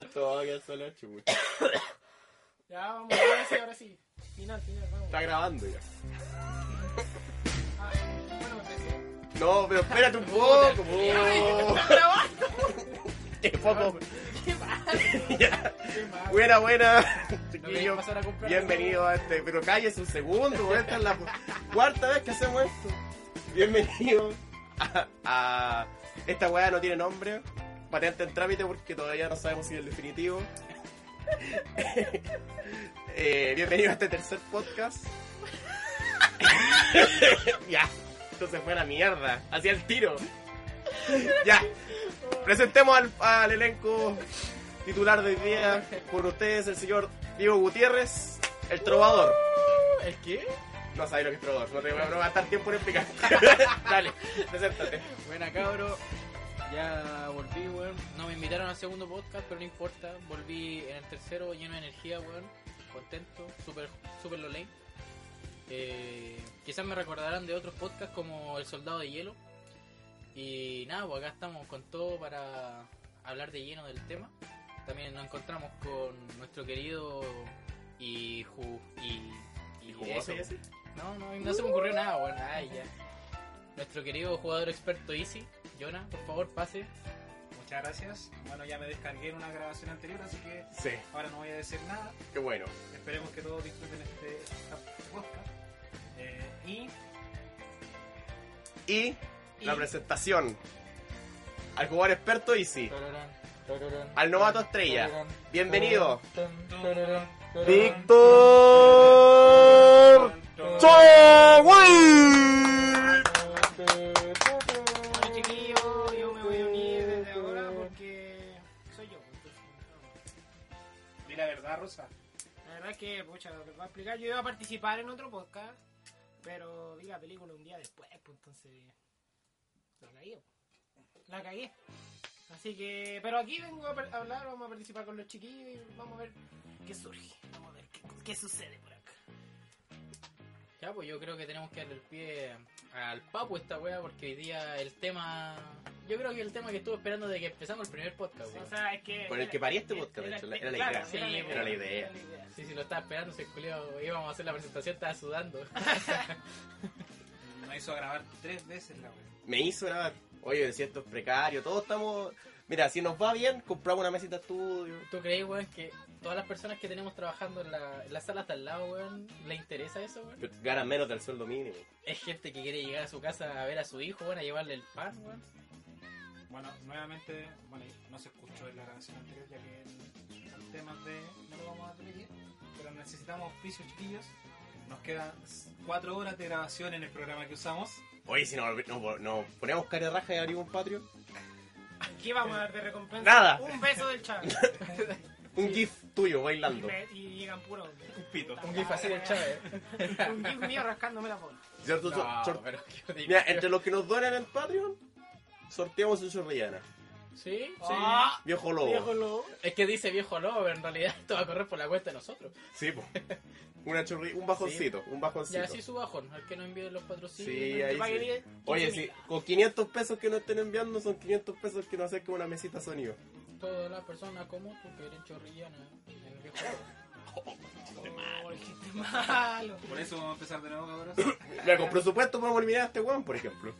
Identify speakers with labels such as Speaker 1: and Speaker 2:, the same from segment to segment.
Speaker 1: esto va a quedarse la chucha.
Speaker 2: Ya, vamos, ahora sí, ahora sí. Final, final, vamos.
Speaker 1: Está grabando ya.
Speaker 2: Ah, bueno,
Speaker 3: pues,
Speaker 2: empecé.
Speaker 3: eh,
Speaker 1: No, pero espérate un poco, po.
Speaker 2: ¡Está grabando!
Speaker 1: Qué poco.
Speaker 2: ¡Qué mal!
Speaker 1: Ya.
Speaker 2: ¡Qué mal!
Speaker 1: Buena, buena. Chiquillos,
Speaker 2: pasar a comprar.
Speaker 1: bienvenido a este. Pero cállese un segundo, po. esta es la cuarta vez que hacemos esto. Bienvenido a. a- Esta weá no tiene nombre. Patente en trámite porque todavía no sabemos si es el definitivo. Eh, bienvenido a este tercer podcast. ya, esto se fue a la mierda. Hacia el tiro. ya, presentemos al, al elenco titular de hoy día. Por ustedes, el señor Diego Gutiérrez, el trovador.
Speaker 2: Uh, ¿El qué?
Speaker 1: No sabéis lo que es trovador, no te voy a no voy a gastar tiempo en explicar. Dale, preséntate.
Speaker 2: Buena, cabro. Ya volví, weón. No me invitaron al segundo podcast, pero no importa. Volví en el tercero lleno de energía, weón. Contento, súper super lo ley. Eh, quizás me recordarán de otros podcasts como El Soldado de Hielo. Y nada, pues acá estamos con todo para hablar de lleno del tema. También nos encontramos con nuestro querido y ju- y, y eso.
Speaker 1: Jesse?
Speaker 2: No, no, no se me ocurrió nada, weón. Ay, ya. Nuestro querido jugador experto Easy, Jonah, por favor, pase.
Speaker 3: Muchas gracias. Bueno, ya me descargué en una grabación anterior, así que
Speaker 1: Sí,
Speaker 3: ahora no voy a decir nada.
Speaker 1: qué bueno.
Speaker 3: Esperemos que todos disfruten este esta podcast. Eh, y
Speaker 1: Y la
Speaker 3: Y-
Speaker 1: presentación. Al jugador experto, Easy. Al novato estrella. Bienvenido. Víctor Chagüey.
Speaker 3: Bueno, chiquillos, yo me voy a unir desde ahora porque soy yo. pues, entonces, no.
Speaker 4: Di la verdad, Rosa.
Speaker 3: La verdad es que, pucha, lo que voy a explicar, yo iba a participar en otro podcast, pero vi la película un día después, pues entonces la cagué. pues. La cagué. Así que, pero aquí vengo a par- a hablar, vamos a participar con los chiquillos y vamos a ver qué surge, vamos a ver qué, qué sucede por acá.
Speaker 2: Ya, pues yo creo que tenemos que darle el pie al papo esta wea, porque hoy día el tema. Yo creo que el tema que estuve esperando desde que empezamos el primer podcast,
Speaker 3: O
Speaker 2: weón.
Speaker 3: sea, es que...
Speaker 1: Con el que parí este podcast, de hecho, la- era la idea.
Speaker 2: Sí,
Speaker 1: era la idea.
Speaker 3: era la idea.
Speaker 2: Sí, sí, lo estaba esperando, se culió. Íbamos a hacer la presentación, estaba sudando.
Speaker 4: Nos hizo grabar tres veces la wea.
Speaker 1: Me hizo grabar. Oye, si esto es precario, todos estamos. Mira, si nos va bien, compramos una mesita de estudio.
Speaker 2: ¿Tú crees, weón, que todas las personas que tenemos trabajando en la, en la sala hasta al lado, weón, le interesa eso, weón?
Speaker 1: Pero Ganan menos del sueldo mínimo.
Speaker 2: Es gente que quiere llegar a su casa a ver a su hijo, weón, a llevarle el pan, weón.
Speaker 4: Bueno, nuevamente, bueno, no se escuchó en la grabación anterior ya que el tema de no lo vamos a transmitir, pero necesitamos oficios chiquillos. Nos quedan cuatro horas de grabación en el programa que usamos.
Speaker 1: Oye, si nos no, no, ponemos cara de raja y abrimos un patrio.
Speaker 3: ¿Qué vamos a dar de recompensa?
Speaker 1: Nada.
Speaker 3: Un beso del Chávez.
Speaker 1: Un GIF tuyo
Speaker 3: y,
Speaker 1: bailando.
Speaker 3: me- y llegan puros... hombres.
Speaker 4: Un pito.
Speaker 2: Un gif así del Chávez.
Speaker 3: Un gif mío rascándome la bola.
Speaker 1: ¿Cierto?
Speaker 2: No,
Speaker 1: Sor-
Speaker 2: pero qué ordinario.
Speaker 1: Mira, entre los que nos donan en Patreon, sorteamos un chorrillana.
Speaker 2: ¿Sí? sí.
Speaker 3: Ah,
Speaker 1: Viejo lobo.
Speaker 3: viejo lobo.
Speaker 2: Es que dice viejo lobo, pero en realidad esto va a correr por la cuenta de nosotros.
Speaker 1: Sí, po. Una chorri- un bajoncito, un
Speaker 2: Y
Speaker 1: bajoncito.
Speaker 2: así su bajón, al que no envíe los patrocinios.
Speaker 1: Sí,
Speaker 2: no-
Speaker 1: ahí
Speaker 2: pague
Speaker 1: sí.
Speaker 2: diez-
Speaker 1: Oye,
Speaker 2: quince
Speaker 1: sí, con 500 pesos que nos estén enviando son 500 pesos que nos hacen como una mesita sonido.
Speaker 2: mil. Todas las personas como tú que eres chorrillana en el viejo lobo.
Speaker 3: Oh, qué malo.
Speaker 4: Por eso vamos a empezar de nuevo, cabros.
Speaker 1: Mira, con presupuesto podemos eliminar a este weón, por ejemplo.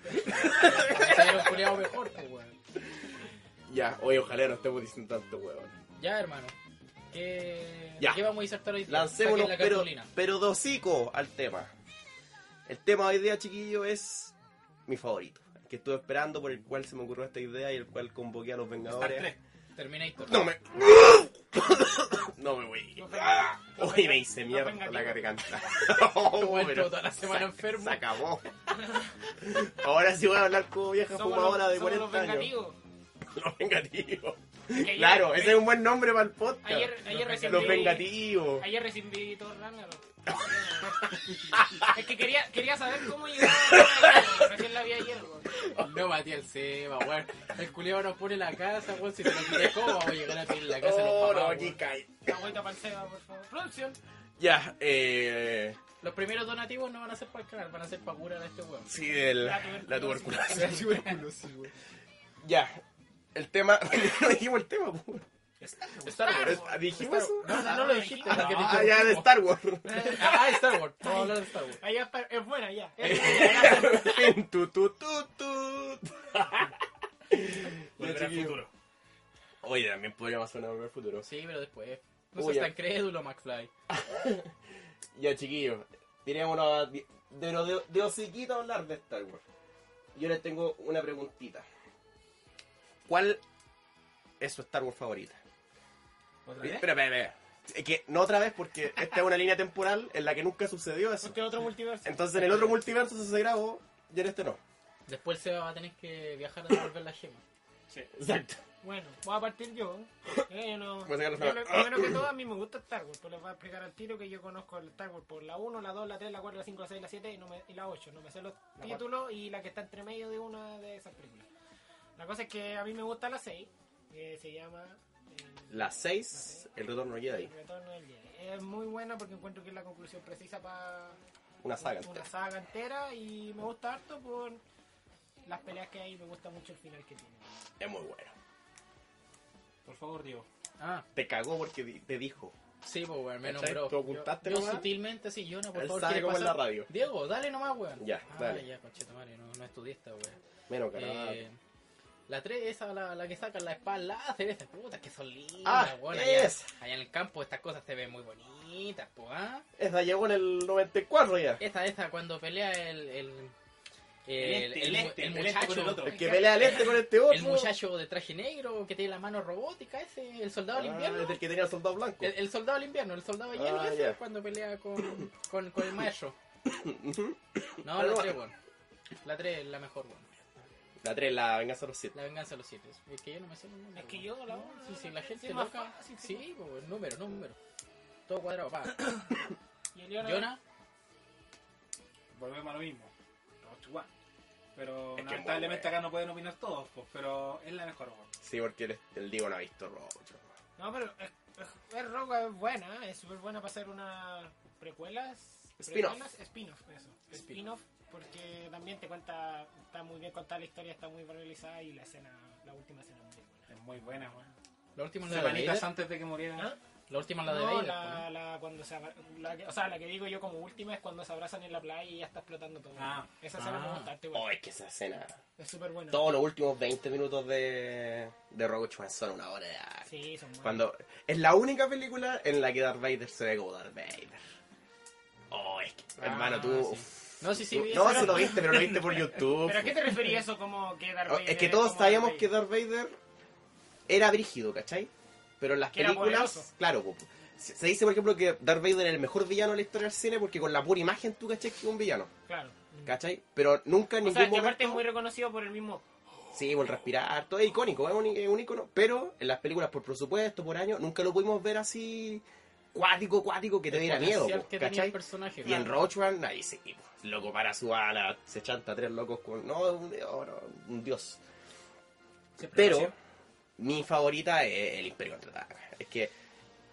Speaker 2: Sería un culiao mejor, pues, weón.
Speaker 1: Ya, oye, ojalá no estemos diciendo tanto weón.
Speaker 2: Ya, hermano. ¿Qué,
Speaker 1: Ya.
Speaker 2: ¿Qué vamos a insertar hoy? día?
Speaker 1: Lancémonos,
Speaker 2: Saquen la
Speaker 1: pero,
Speaker 2: cartulina.
Speaker 1: pero de hocico al tema. El tema de hoy día, chiquillo, es mi favorito. El que estuve esperando, por el cual se me ocurrió esta idea y el cual convoqué a los
Speaker 4: Star
Speaker 1: Vengadores.
Speaker 4: Trek.
Speaker 2: Terminator.
Speaker 1: No me. No me voy. Oye, me hice mierda la garganta.
Speaker 2: Como
Speaker 1: Oh,
Speaker 2: el
Speaker 1: pero
Speaker 2: toda la semana enfermo.
Speaker 1: se acabó. Ahora sí voy a hablar como vieja
Speaker 3: Somos
Speaker 1: fumadora
Speaker 3: los-
Speaker 1: de 40
Speaker 3: somos los
Speaker 1: años.
Speaker 3: vengativos.
Speaker 1: Los vengativos.
Speaker 3: Que ayer-
Speaker 1: Claro, ese es un buen nombre para el podcast.
Speaker 3: Ayer, ayer recién
Speaker 1: Los
Speaker 3: vi-
Speaker 1: vengativos.
Speaker 3: Ayer recién vi Thor Ragnarok. es que quería, quería saber cómo llegaba. a- Recién la vi ayer. weón.
Speaker 2: No batí al Seba, weón. El culiao nos pone la casa, weón. Si te lo quité, ¿cómo vamos a llegar a pedir la casa de
Speaker 1: Oh,
Speaker 2: los
Speaker 1: no,
Speaker 2: papás?
Speaker 1: aquí
Speaker 2: weón?
Speaker 1: cae.
Speaker 3: La vuelta para el Seba, por favor. Producción.
Speaker 1: Ya, eh.
Speaker 2: Los primeros donativos no van a ser para el canal, van a ser para curar a este weón.
Speaker 1: Sí, del,
Speaker 3: La
Speaker 1: la
Speaker 3: tuberculosis.
Speaker 1: tuberculosis. ya, el tema. no dijimos el tema, po.
Speaker 4: Star Wars.
Speaker 1: Star Wars. ¿es- ¿Dijimos eso?
Speaker 2: No, no, no lo dijiste.
Speaker 3: Ah,
Speaker 2: porque te
Speaker 1: Ah, ya, de
Speaker 2: interrumpimos.
Speaker 1: Star Wars.
Speaker 2: Ah, Star Wars. Vamos a hablar de Star Wars.
Speaker 3: Ahí está, es buena ya.
Speaker 1: tu, tu, tu, tu.
Speaker 4: Volver al
Speaker 1: chiquillo.
Speaker 4: futuro.
Speaker 1: Oye, también podríamos hacer una volver al futuro.
Speaker 2: Sí, pero después. No
Speaker 1: Uy,
Speaker 2: seas
Speaker 1: ya.
Speaker 2: tan crédulo, McFly.
Speaker 1: Ya, chiquillos, diríamos de, lo de, de hociquito hablar de Star Wars. Yo les tengo una preguntita. ¿Cuál es su Star Wars favorita?
Speaker 4: ¿Otra vez?
Speaker 1: Espera, espera, espera. Es que no otra vez porque esta es una línea temporal en la que nunca sucedió eso.
Speaker 3: Porque otro multiverso.
Speaker 1: Entonces en el otro multiverso se grabó y en este no.
Speaker 2: Después Seba va a tener que viajar a devolver la gema.
Speaker 1: Exacto.
Speaker 3: Bueno, voy a partir yo. Eh, yo no,
Speaker 1: Voy a sacar los
Speaker 3: yo lo-
Speaker 1: zapatos.
Speaker 3: primero que todo, a mí me gusta Star Wars, pero les voy a explicar al tiro que yo conozco el Star Wars por la 1, la 2, la 3, la 4, la 5, la 6, la 7 y, no me- y la 8. No me sé los
Speaker 4: La
Speaker 3: títulos y la que está entre medio de una de esas películas. La cosa es que a mí me gusta la 6, que se llama... eh,
Speaker 1: La 6, el retorno de
Speaker 3: El
Speaker 1: Jedi.
Speaker 3: Retorno del Jedi. Es muy buena porque encuentro que es la conclusión precisa para
Speaker 1: Una saga.
Speaker 3: una saga entera y me gusta harto por las peleas que hay y me gusta mucho el final que tiene.
Speaker 1: Es muy bueno.
Speaker 4: Por favor, Diego.
Speaker 2: Ah,
Speaker 1: Te cagó porque di- te dijo.
Speaker 2: sí, pues, weón, me
Speaker 1: ¿Cachai?
Speaker 2: nombró.
Speaker 1: Tú apuntaste
Speaker 2: yo, yo
Speaker 1: nomás.
Speaker 2: sutilmente, sí, yo no, por
Speaker 1: Él
Speaker 2: favor,
Speaker 1: sabe
Speaker 2: ¿quiere
Speaker 1: cómo es
Speaker 2: pasar?
Speaker 1: la radio.
Speaker 2: Diego, dale nomás, weón.
Speaker 1: Ya,
Speaker 2: Ah,
Speaker 1: dale.
Speaker 2: ya, conchetumare, no, no estudié esta, weón.
Speaker 1: Menos cagada.
Speaker 2: Eh, la 3, esa, la, la que sacan la espada láser, esas putas que son lindas,
Speaker 1: Ah,
Speaker 2: weón. Allá,
Speaker 1: esa.
Speaker 2: allá en el campo estas cosas se ven muy bonitas, pues, ah.
Speaker 1: Esa llegó en el 94 ya.
Speaker 2: Esa, esa, cuando pelea el... el el,
Speaker 4: este,
Speaker 2: el
Speaker 4: el
Speaker 2: mu-
Speaker 4: este,
Speaker 2: el
Speaker 4: el este con el
Speaker 2: muchacho
Speaker 4: otro.
Speaker 1: El que pelea al este con este otro.
Speaker 2: el muchacho de traje negro que tiene la mano robótica ese el soldado del
Speaker 1: Ah,
Speaker 2: invierno
Speaker 1: es el que tenía el soldado blanco.
Speaker 2: el, el soldado del invierno el soldado de hielo
Speaker 1: Ah,
Speaker 2: ese
Speaker 1: ya.
Speaker 2: cuando pelea con, con, con el maestro
Speaker 1: Ujú.
Speaker 2: no la 3 bueno la 3 es la mejor bueno
Speaker 1: La 3, la venganza de los 7.
Speaker 2: la venganza de los siete es que yo no me sé los números,
Speaker 3: Es que
Speaker 2: weón.
Speaker 3: yo, la-
Speaker 2: No, sí, sí, la
Speaker 3: sí,
Speaker 2: gente
Speaker 3: es más
Speaker 2: loca
Speaker 3: fácil, sí,
Speaker 2: sí pues, número número todo cuadrado pa
Speaker 3: Y el Leonardo-
Speaker 2: Jonah
Speaker 4: Volvemos a lo mismo. Rogue One. Pero
Speaker 1: Es que es muy
Speaker 4: lamentablemente
Speaker 1: buena.
Speaker 4: acá no pueden opinar todos, pues, pero es la mejor. weón.
Speaker 1: Sí, porque el, el Diego no ha visto Rojo.
Speaker 3: No, pero es, es- es Rogue es buena, es súper buena para hacer una precuelas.
Speaker 1: Spin-off.
Speaker 3: precuelas, Spin-off, eso. Spin-off,
Speaker 2: Spin-off.
Speaker 3: porque también te cuenta, está muy bien contada la historia, está muy bien realizada y la escena, la última escena es muy buena.
Speaker 4: Es muy buena, weón.
Speaker 2: la última es la de
Speaker 4: Semanitas
Speaker 2: Vader
Speaker 4: antes de que muriera.
Speaker 3: ¿Ah?
Speaker 2: la última es la de
Speaker 3: No,
Speaker 2: Vader pues,
Speaker 3: la, la- cuando se abra- la que- o sea, la que digo yo como última es cuando se abrazan en la playa y ya está explotando todo.
Speaker 4: Ah.
Speaker 3: Esa escena
Speaker 2: Ah.
Speaker 3: me gusta, harto igual.
Speaker 1: Oh, es que esa escena.
Speaker 3: es súper buena.
Speaker 1: Todos los últimos 20 minutos de, de Rogue One son una hora de arte.
Speaker 3: Sí, son buenas.
Speaker 1: Cuando es la única película en la que Darth Vader se ve como Darth Vader. Oh, es que,
Speaker 2: Ah,
Speaker 1: hermano, tú.
Speaker 2: sí.
Speaker 1: uf.
Speaker 2: no sí sí vi
Speaker 1: no,
Speaker 2: esa.
Speaker 1: si lo viste, pero lo viste por YouTube.
Speaker 3: ¿Pero a qué te refería eso como que Darth
Speaker 1: Oh,
Speaker 3: Vader
Speaker 1: es que todos
Speaker 3: como Darth
Speaker 1: sabíamos
Speaker 3: Vader?
Speaker 1: que Darth Vader era brígido, ¿cachai? Pero en las
Speaker 3: Que era
Speaker 1: películas,
Speaker 3: poderoso.
Speaker 1: claro, po. se se dice por ejemplo que Darth Vader es el mejor villano de la historia del cine porque con la pura imagen tú cachai que es un villano,
Speaker 3: Claro.
Speaker 1: ¿cachai? Pero nunca en
Speaker 3: O
Speaker 1: ningún
Speaker 3: sea, que
Speaker 1: momento...
Speaker 3: aparte es muy reconocido por el mismo
Speaker 1: Sí, por respirar, todo es icónico, es un, es un ícono, pero en las películas por presupuesto, por año, nunca lo pudimos ver así cuático, cuático, que te
Speaker 2: El
Speaker 1: diera miedo,
Speaker 2: potencial
Speaker 1: po,
Speaker 2: que tenía el
Speaker 1: ¿cachai?
Speaker 2: personaje
Speaker 1: Y en
Speaker 2: claro.
Speaker 1: Rogue One, ahí sí, po, loco para su ala, se chanta tres locos con... No, un dios, no, un dios.
Speaker 4: Siempre
Speaker 1: Pero
Speaker 4: lo hacía.
Speaker 1: mi favorita es el Imperio Contraataca. Es que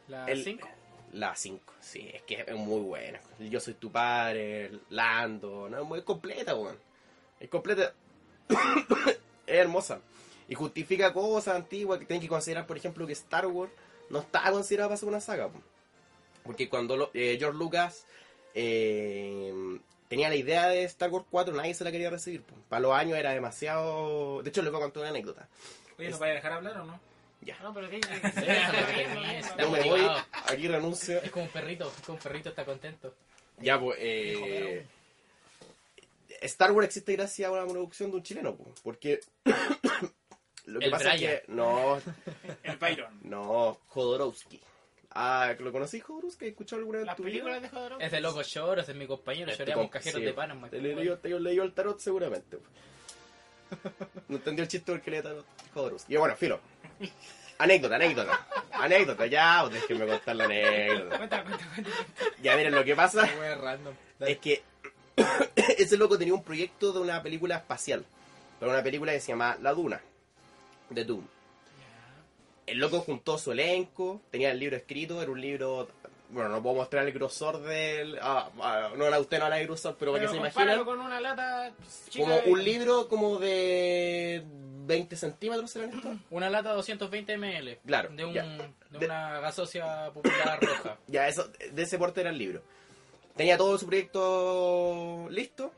Speaker 2: la
Speaker 1: el-
Speaker 2: 5
Speaker 1: la 5, sí, es que es muy buena. Yo soy tu padre, Lando, no, es muy completa, weón. Es completa. es hermosa. Y justifica cosas antiguas que tienen que considerar, por ejemplo, que Star Wars no está considerada para ser una saga. po. Porque cuando lo- eh, George Lucas eh, tenía la idea de Star Wars 4, nadie se la quería recibir. po. Para los años era demasiado... De hecho, les voy a contar una anécdota.
Speaker 4: Oye, ¿nos vais a dejar hablar o no?
Speaker 1: Ya.
Speaker 3: No, pero que...
Speaker 2: Está
Speaker 1: No me voy,
Speaker 2: motivado.
Speaker 1: aquí renuncio.
Speaker 2: Es como un perrito, es como un perrito está contento.
Speaker 1: Ya, pues. eh, Star Wars existe gracias a una producción de un chileno, po, porque. lo que
Speaker 2: El
Speaker 1: pasa
Speaker 2: Brian.
Speaker 1: es que. No,
Speaker 4: El Byron.
Speaker 1: no, Jodorowsky. Ah, ¿lo conocí, Jodorowsky? ¿Has escuchado alguna vez
Speaker 3: Las
Speaker 1: tu vida?
Speaker 3: películas de Jodorowsky.
Speaker 2: Es de loco lloros, es mi compañero,
Speaker 1: Este
Speaker 2: lloramos
Speaker 1: comp-
Speaker 2: cajeros
Speaker 1: sí,
Speaker 2: de panas, man.
Speaker 1: Te le leyó, te leyó el tarot seguramente. po. No entendió el chiste porque leía tarot. Jodorowsky. Yo, bueno, filo. Anécdota, anécdota. Anécdota, ya, pues déjenme contar la anécdota.
Speaker 3: Cuéntala, cuéntala, cuéntala.
Speaker 1: Ya, miren, lo que pasa
Speaker 2: Wea random.
Speaker 1: Es que ese loco tenía un proyecto de una película espacial, pero una película que se llama La Duna, de Doom. El loco juntó su elenco, tenía el libro escrito, era un libro... Bueno, no puedo mostrar el grosor del... ah, ah, no, la- usted no habla de grosor, pero, para que
Speaker 3: Pero
Speaker 1: se
Speaker 3: compáralo
Speaker 1: imaginan,
Speaker 3: con una lata chica
Speaker 1: como
Speaker 3: de-
Speaker 1: un libro como de 20 centímetros serán estos.
Speaker 2: Una lata 220 ml.
Speaker 1: Claro,
Speaker 2: De, un,
Speaker 1: ya.
Speaker 2: de
Speaker 1: De-
Speaker 2: una gasosia popular roja.
Speaker 1: Ya, eso, de ese porte era el libro. Tenía todo su proyecto listo,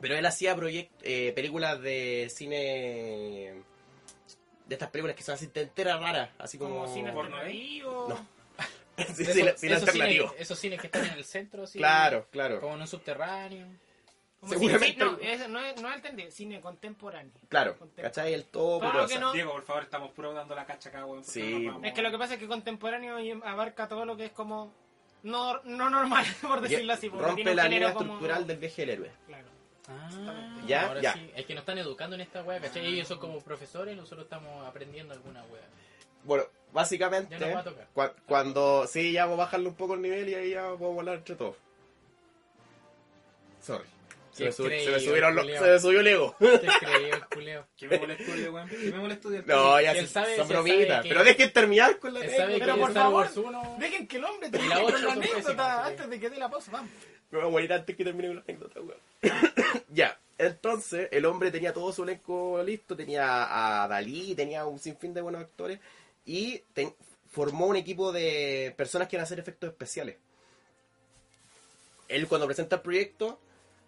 Speaker 1: pero él hacía proyect, eh, películas de cine. de estas películas que son así enteras raras, así como. ¿eh?
Speaker 3: Como sin
Speaker 4: porno
Speaker 3: alternativo.
Speaker 1: No. Sí,
Speaker 2: De
Speaker 1: cine-
Speaker 2: esos-
Speaker 1: cine
Speaker 2: esos
Speaker 1: alternativo.
Speaker 2: cines- Esos cines que están en el centro, así,
Speaker 1: Claro, claro,
Speaker 2: Como en un subterráneo.
Speaker 3: Como
Speaker 1: Seguramente.
Speaker 3: cine- no, eso no es, no es alternativo, cine contemporáneo.
Speaker 1: claro.
Speaker 3: Contento.
Speaker 1: ¿Cachai? El todo
Speaker 3: Claro
Speaker 1: pero,
Speaker 3: que
Speaker 1: o sea,
Speaker 3: no.
Speaker 4: Diego, por favor, estamos puro dando la cacha acá, weón. porque
Speaker 1: Sí.
Speaker 4: no nos vamos.
Speaker 3: Es que lo que pasa es que contemporáneo abarca todo lo que es como no, no normal, por decirlo así. porque tiene
Speaker 1: Rompe
Speaker 3: un
Speaker 1: la
Speaker 3: género
Speaker 1: línea
Speaker 3: como-
Speaker 1: estructural del viaje del héroe.
Speaker 3: Claro.
Speaker 2: Ah,
Speaker 1: Ya,
Speaker 2: ahora
Speaker 1: ya.
Speaker 2: sí. Es que nos están educando en esta wea, ¿cachai? Ellos son como profesores, nosotros estamos aprendiendo alguna wea.
Speaker 1: Bueno, básicamente.
Speaker 2: Ya nos va a tocar.
Speaker 1: cua- cuando. Sí, ya vamos a bajarle un poco el nivel y ahí ya vamos a volar entre todos. Sorry. Se
Speaker 2: Qué
Speaker 1: me, sub- se me
Speaker 2: creído,
Speaker 1: subieron los-
Speaker 2: culiao.
Speaker 1: se me subió el ego.
Speaker 2: Te creí, el culeo.
Speaker 4: Quememos el estudio, weón. Quememos el estudio.
Speaker 1: No, ya
Speaker 2: Si él
Speaker 1: se,
Speaker 2: sabe-
Speaker 1: son
Speaker 2: si él sabe
Speaker 1: bromitas.
Speaker 2: que-
Speaker 1: Pero dejen terminar con la
Speaker 2: Él
Speaker 1: técnica.
Speaker 2: sabe que
Speaker 3: Pero
Speaker 2: el
Speaker 3: por
Speaker 2: Star
Speaker 3: favor,
Speaker 2: Wars 1...
Speaker 3: Dejen que el hombre
Speaker 2: Y
Speaker 3: termine
Speaker 2: la ocho
Speaker 3: con la
Speaker 2: son
Speaker 3: anécdota
Speaker 2: pésimas, sí.
Speaker 3: antes de que dé la pausa. Vamos.
Speaker 1: Me voy a morir antes que termine con la anécdota, weón. ya. Entonces, el hombre tenía todo su elenco listo. Tenía a Dalí, tenía un sinfín de buenos actores. Y ten- formó un equipo de personas que iban a hacer efectos especiales. Él, cuando presenta el proyecto,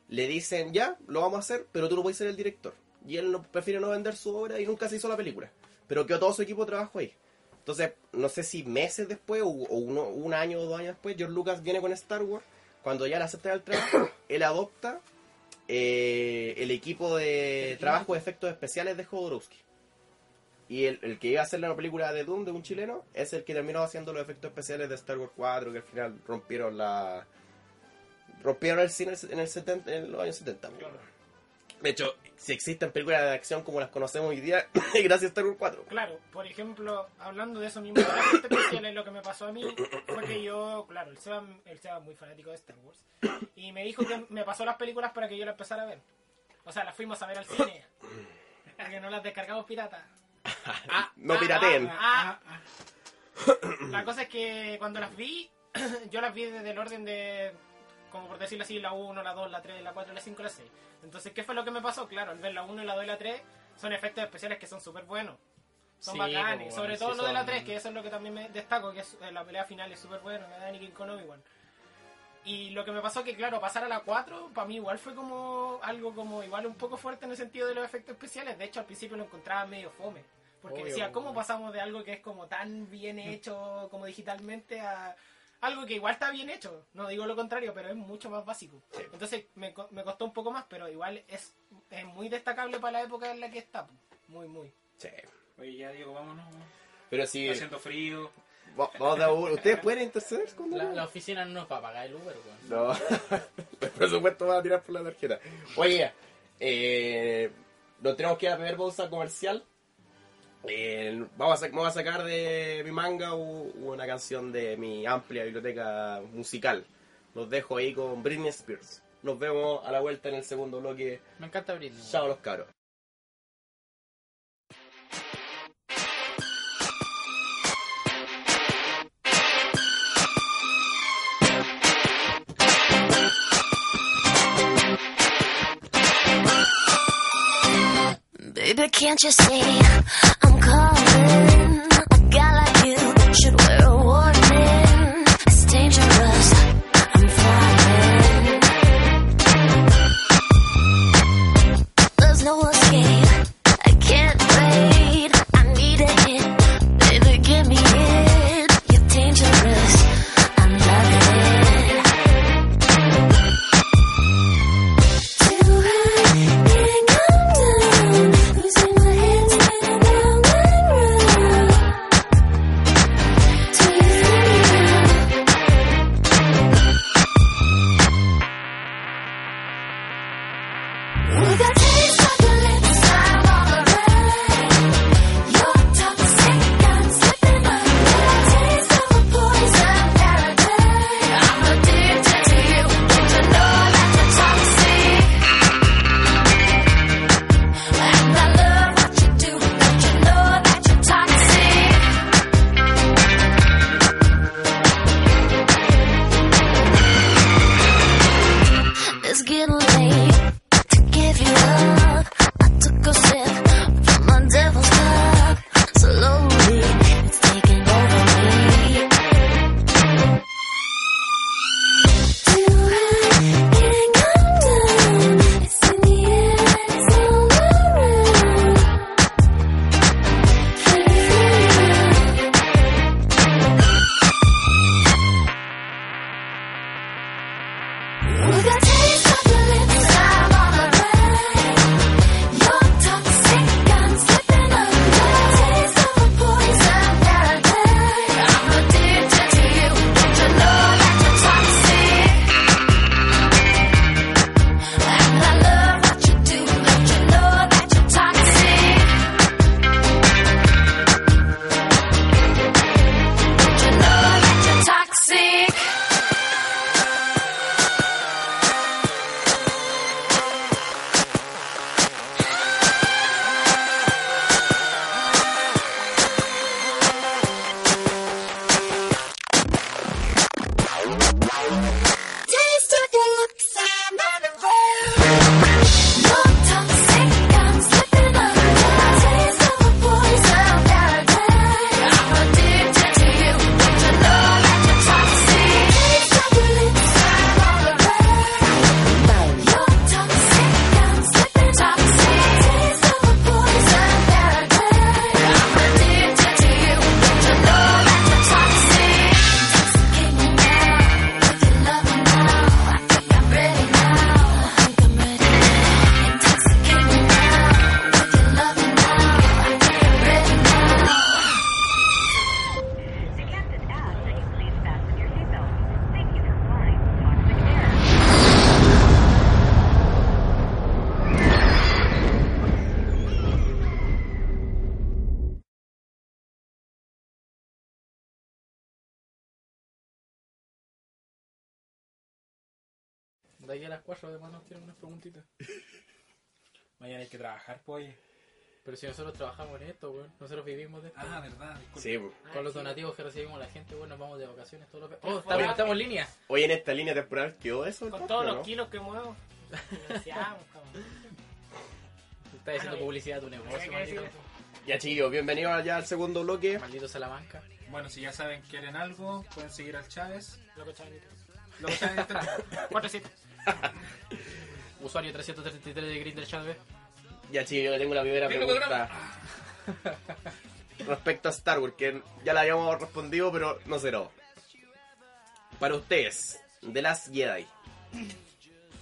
Speaker 1: le dicen, ya, lo vamos a hacer, pero tú no puedes ser el director. Y él no, prefiere no vender su obra y nunca se hizo la película. Pero quedó todo su equipo de trabajo ahí. Entonces, no sé si meses después o, o uno- un año o dos años después, George Lucas viene con Star Wars. Cuando ya le acepta el trabajo, él adopta eh, el equipo de trabajo de efectos especiales de Jodorowsky. Y el, el que iba a hacer la película de Doom de un chileno es el que terminó haciendo los efectos especiales de Star Wars 4, que al final rompieron la. rompieron el cine en, el 70, en los años 70. po. De hecho, si existen películas de acción como las conocemos hoy día, es gracias a Star Wars 4.
Speaker 3: Claro, por ejemplo, hablando de eso mismo, de las artes marciales, lo que me pasó a mí fue que yo, claro, el Seba, el Seba es muy fanático de Star Wars y me dijo que me pasó las películas para que yo las empezara a ver. O sea, las fuimos a ver al cine. Porque no las descargamos pirata.
Speaker 1: No pirateen.
Speaker 3: Ah, La cosa es que cuando las vi, yo las vi desde el orden de, como por decirlo así, la 1, la 2, la 3, la 4, la 5, la 6. Entonces, ¿qué fue lo que me pasó? Claro, al ver la 1, la 2 y la 3, son efectos especiales que son súper buenos. Son
Speaker 2: Sí,
Speaker 3: bacanes,
Speaker 2: pues,
Speaker 3: sobre
Speaker 2: sí,
Speaker 3: todo lo de la
Speaker 2: son-
Speaker 3: 3, que eso es lo que también me destaco, que es- eh, la pelea final es súper buena, la de Anakin con Obi-Wan. Y lo que me pasó que, claro, pasar a la 4, para mí igual fue como algo como igual un poco fuerte en el sentido de los efectos especiales. De hecho, al principio lo encontraba medio fome. Porque
Speaker 2: Obvio,
Speaker 3: decía, ¿cómo
Speaker 2: weón. Mm.
Speaker 3: pasamos de algo que es como tan bien hecho, como digitalmente, a algo que igual está bien hecho? No digo lo contrario, pero es mucho más básico. Entonces me, co- me costó un poco más, pero igual es, es muy destacable para la época en la que está. po. Muy, muy.
Speaker 1: Sí.
Speaker 4: Oye, ya, Diego, vámonos. weón. Está
Speaker 1: Pero sí,
Speaker 4: haciendo frío.
Speaker 1: va- vamos de a uno. ¿Ustedes pueden interceder con
Speaker 2: La,
Speaker 1: Dalí?
Speaker 2: la oficina no nos va a pagar el Uber, weón.
Speaker 1: No, el presupuesto va a tirar por la tarjeta. Oye, eh, nos tenemos que ir a la primera pausa comercial. Eh, vamos, a, sa- vamos a sacar de mi manga u- una canción de mi amplia biblioteca musical. Los dejo ahí con Britney Spears. Nos vemos a la vuelta en el segundo bloque.
Speaker 2: Me encanta Britney. weón.
Speaker 1: Chao los cabros.
Speaker 5: Baby, can't you see I'm calling? A guy like you should wear a warning. It's dangerous. I'm falling. There's no escape. I can't wait. I need a hit. Baby, give me it. You're dangerous. I'm loving it. To her, getting calm down, losing my head, spinning round
Speaker 2: de aquí a las 4 además nos tienen unas preguntitas.
Speaker 4: Mañana hay que trabajar, pues.
Speaker 2: Pero si nosotros trabajamos en esto, weón. Nosotros vivimos de esto.
Speaker 4: Ah, verdad, disculpa.
Speaker 1: Sí, pues.
Speaker 2: Con los donativos que recibimos la gente, weón, nos vamos de vacaciones todos los... Oh, estamos, estamos en línea.
Speaker 1: Hoy en esta línea temporal quedó eso. el
Speaker 3: Con
Speaker 1: podcast,
Speaker 3: todos
Speaker 1: ¿no?
Speaker 3: los kilos que muevo. Financiamos, cabrón.
Speaker 2: Está diciendo publicidad a tu
Speaker 3: Hay
Speaker 2: negocio,
Speaker 3: Ah, que decir
Speaker 2: maldito.
Speaker 3: eso.
Speaker 1: Ya chicos, bienvenidos ya al segundo bloque.
Speaker 2: Maldito Salamanca.
Speaker 4: Bueno, si ya saben, quieren algo, pueden seguir al Chávez.
Speaker 3: Loco chavalito.
Speaker 4: Lo que saben detrás.
Speaker 3: Cuatro siete.
Speaker 2: Usuario 333 de Grindr Chat, ¿ves?
Speaker 1: Ya chicos, yo le tengo la primera pregunta. Respecto a Star Wars, que ya la habíamos respondido, pero no será. Para ustedes, The Last Jedi.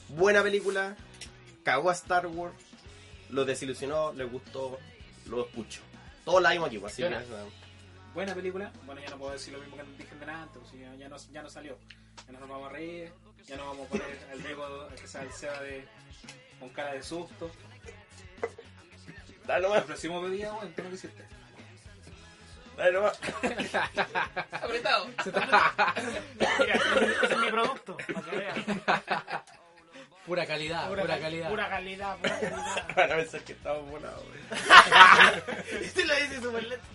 Speaker 1: Buena película, cagó a Star Wars, los desilusionó, les gustó, los escucho. Todos la vimos aquí, pues, así que...
Speaker 2: Buena.
Speaker 4: Buena película. Bueno, ya no puedo decir lo mismo que dije en delante, pues, ya, ya no, ya no salió. Ya no nos vamos a reír, ya no vamos a poner al Diego, al que sea el Seba de, con cara de susto.
Speaker 1: Dale
Speaker 4: Te
Speaker 1: nomás,
Speaker 4: ofrecimos bebida, bueno, tú no lo hiciste.
Speaker 1: dale nomás.
Speaker 6: Apretado.
Speaker 3: Mira, ese es mi producto. Para que veas.
Speaker 2: Pura calidad, pura, calidad.
Speaker 3: Pura calidad, pura calidad.
Speaker 1: Van a pensar que estamos volados, güey.
Speaker 3: Y se lo dice súper lento.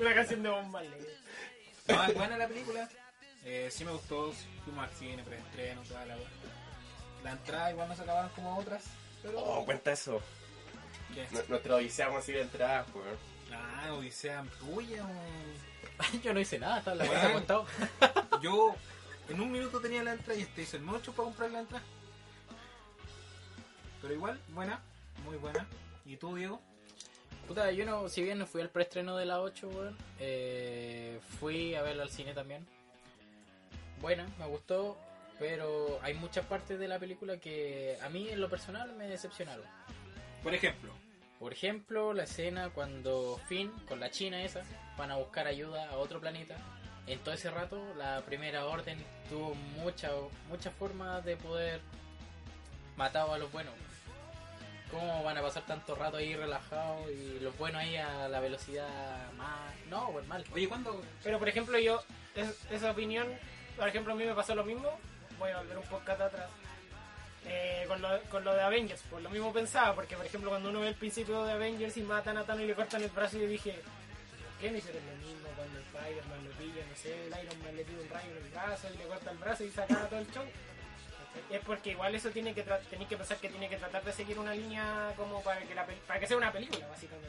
Speaker 3: Una canción de Bomba
Speaker 4: No, es buena la película. Eh, sí me gustó, fuimos al cine, preestreno, toda la weá. La entrada igual no se acabaron como otras, pero...
Speaker 1: Oh, cuenta eso.
Speaker 4: ¿Qué?
Speaker 1: N- Nuestra odisea vamos a pues, ir de entrada, güey.
Speaker 4: Ah, Odisea tuya, weón.
Speaker 2: Yo no hice nada, está la
Speaker 4: Bueno.
Speaker 2: cosa contado.
Speaker 4: Yo en un minuto tenía la entrada y este hizo el mocho para comprar la entrada. Pero igual, buena, muy buena. ¿Y tú, Diego?
Speaker 2: Puta, yo no, si bien no fui al preestreno de la 8, weón, eh, fui a verla al cine también. Buena, me gustó, pero hay muchas partes de la película que a mí en lo personal me decepcionaron.
Speaker 4: Por ejemplo,
Speaker 2: Por ejemplo, la escena cuando Finn con la china esa van a buscar ayuda a otro planeta. En todo ese rato, la primera orden tuvo muchas muchas formas de poder matar a los buenos. ¿Cómo van a pasar tanto rato ahí relajados y los buenos ahí a la velocidad más... No, pues mal.
Speaker 4: oye, ¿cuándo?
Speaker 3: Pero por ejemplo yo, es- esa opinión, por ejemplo a mí me pasó lo mismo, voy a volver un podcast atrás, eh, con, lo, con lo de Avengers, pues lo mismo pensaba, porque por ejempemplo cuando uno ve el principio de Avengers y matan a Thanos y le cortan el brazo yo dije, ¿por qué no hicieron lo mismo cuando Spider-Man lo pilla, no sé, el Iron Man le tira un rayo en el brazo y le corta el brazo y saca todo el show? Es porque igual eso tiene que tra- tenéis que pensar que tiene que tratar de seguir una línea como para que la pel- para que sea una película básicamente.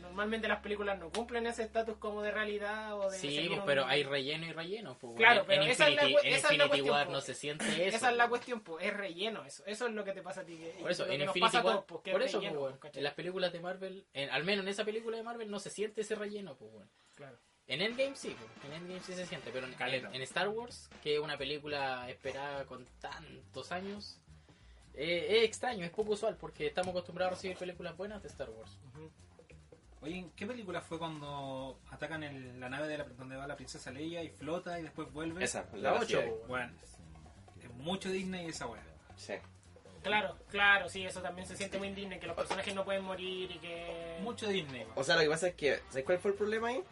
Speaker 3: Normalmente las películas no cumplen ese estatus como de realidad o de
Speaker 2: Sí,
Speaker 3: seguir
Speaker 2: pues,
Speaker 3: un-
Speaker 2: pero hay relleno y relleno. Pues,
Speaker 3: Claro,
Speaker 2: en-
Speaker 3: pero
Speaker 2: en
Speaker 3: esa es la
Speaker 2: Infinity,
Speaker 3: cu-
Speaker 2: en
Speaker 3: esa es la
Speaker 2: Infinity
Speaker 3: cuestión,
Speaker 2: War
Speaker 3: po.
Speaker 2: no se siente eso.
Speaker 3: Esa es la
Speaker 2: po.
Speaker 3: cuestión, pues, es relleno eso. Eso es lo que te pasa a ti. que-
Speaker 2: Por eso,
Speaker 3: lo que
Speaker 2: en
Speaker 3: nos
Speaker 2: Infinity
Speaker 3: pasa a
Speaker 2: War,
Speaker 3: todos, pues, que es
Speaker 2: por eso,
Speaker 3: relleno,
Speaker 2: pues, weón,
Speaker 3: ¿cachai?
Speaker 2: en las películas de Marvel, en- al menos en esa película de Marvel no se siente ese relleno, pues, weón.
Speaker 3: Claro.
Speaker 2: En Endgame sí, pues, en Endgame sí se siente, pero en,
Speaker 4: Caleta.
Speaker 2: en- en Star Wars, que es una película esperada con tantos años, eh, es extraño, es poco usual, porque estamos acostumbrados a recibir películas buenas de Star Wars.
Speaker 4: Oye, ¿en qué película fue cuando atacan el- la nave de la, donde va la princesa Leia y flota y después vuelve?
Speaker 1: Esa,
Speaker 2: La
Speaker 1: Last
Speaker 2: 8,
Speaker 1: Jedi.
Speaker 4: Bueno, es mucho Disney esa weá.
Speaker 1: Sí.
Speaker 3: Claro, claro, sí, eso también se siente muy indigno, que los personajes no pueden morir y que...
Speaker 4: Mucho Disney. weón.
Speaker 1: O sea, lo que pasa es que, ¿sabes cuál fue el problema ahí?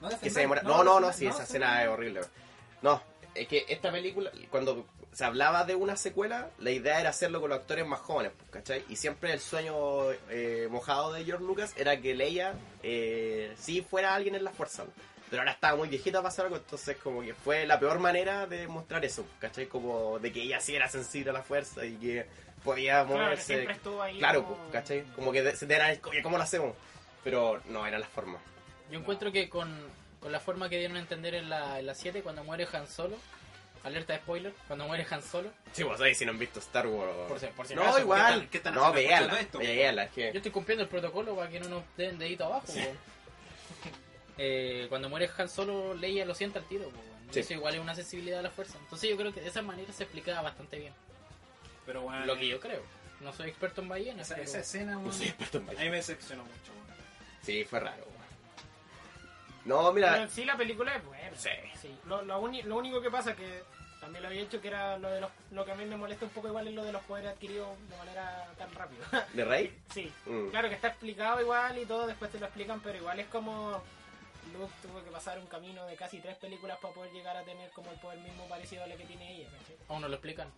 Speaker 4: No
Speaker 1: Que
Speaker 4: defendáis,
Speaker 1: se demora. No, no, no, sí, esa
Speaker 4: defendáis.
Speaker 1: escena es horrible. No, es que esta película, cuando se hablaba de una secuela, la idea era hacerlo con los actores más jóvenes, pues, ¿cachai? Y siempre el sueño eh, mojado de George Lucas era que Leia eh, sí fuera alguien en la fuerza, pues. pero ahora estaba muy viejita para hacer algo, entonces como que fue la peor manera de mostrar eso, pues, ¿cachai? Como de que ella sí era sensible a la fuerza y que podía
Speaker 3: Claro, que
Speaker 1: moverse.
Speaker 3: siempre estuvo ahí.
Speaker 1: Claro,
Speaker 3: como-
Speaker 1: pues, ¿cachai? Como que de- se te era el "Oye, ¿cómo lo hacemos? Pero no, era la forma.
Speaker 2: Yo encuentro que con, con la forma que dieron a entender en la, en la 7, cuando muere Han Solo, alerta de spoiler, cuando muere Han Solo,
Speaker 1: Sí, vos ahí si no han visto Star Wars.
Speaker 2: por si, por si
Speaker 1: no,
Speaker 2: acaso,
Speaker 1: igual.
Speaker 4: ¿qué están- qué están
Speaker 1: no,
Speaker 4: haciendo
Speaker 1: véala.
Speaker 4: escuchando esto?
Speaker 1: Véala, es que.
Speaker 2: Yo estoy cumpliendo el protocolo para que no nos den dedito abajo. weón. Eh, cuando muere Han Solo, Leia lo siente al tiro. po, weón.
Speaker 1: Sí.
Speaker 2: Eso igual es una sensibilidad a la fuerza. Entonces yo creo que de esa manera se explicaba bastante bien.
Speaker 4: Pero bueno,
Speaker 2: Lo que yo creo. No soy experto en ballenas.
Speaker 4: esa,
Speaker 2: pero-
Speaker 4: esa escena, weón,
Speaker 1: No soy experto en
Speaker 4: a
Speaker 1: baile.
Speaker 4: mí me decepcionó mucho. weón.
Speaker 1: pues, Sí, fue raro. weón. No,
Speaker 3: Pero
Speaker 1: mira.
Speaker 3: en sí la película es buena.
Speaker 1: Sí.
Speaker 3: Lo, lo uni- lo único que pasa que también lo había hecho que era lo de los... Lo que a mí me molesta un poco igual es lo de los poderes adquiridos de manera tan rápida.
Speaker 1: ¿De Rey?
Speaker 3: sí,
Speaker 1: Mm.
Speaker 3: Claro que está explicado igual y todo, después te lo explican, pero igual es como. Luke tuvo que pasar un camino de casi tres películas para poder llegar a tener como el poder mismo parecido a lo que tiene ella, ¿cachai?
Speaker 2: Aún no lo explican.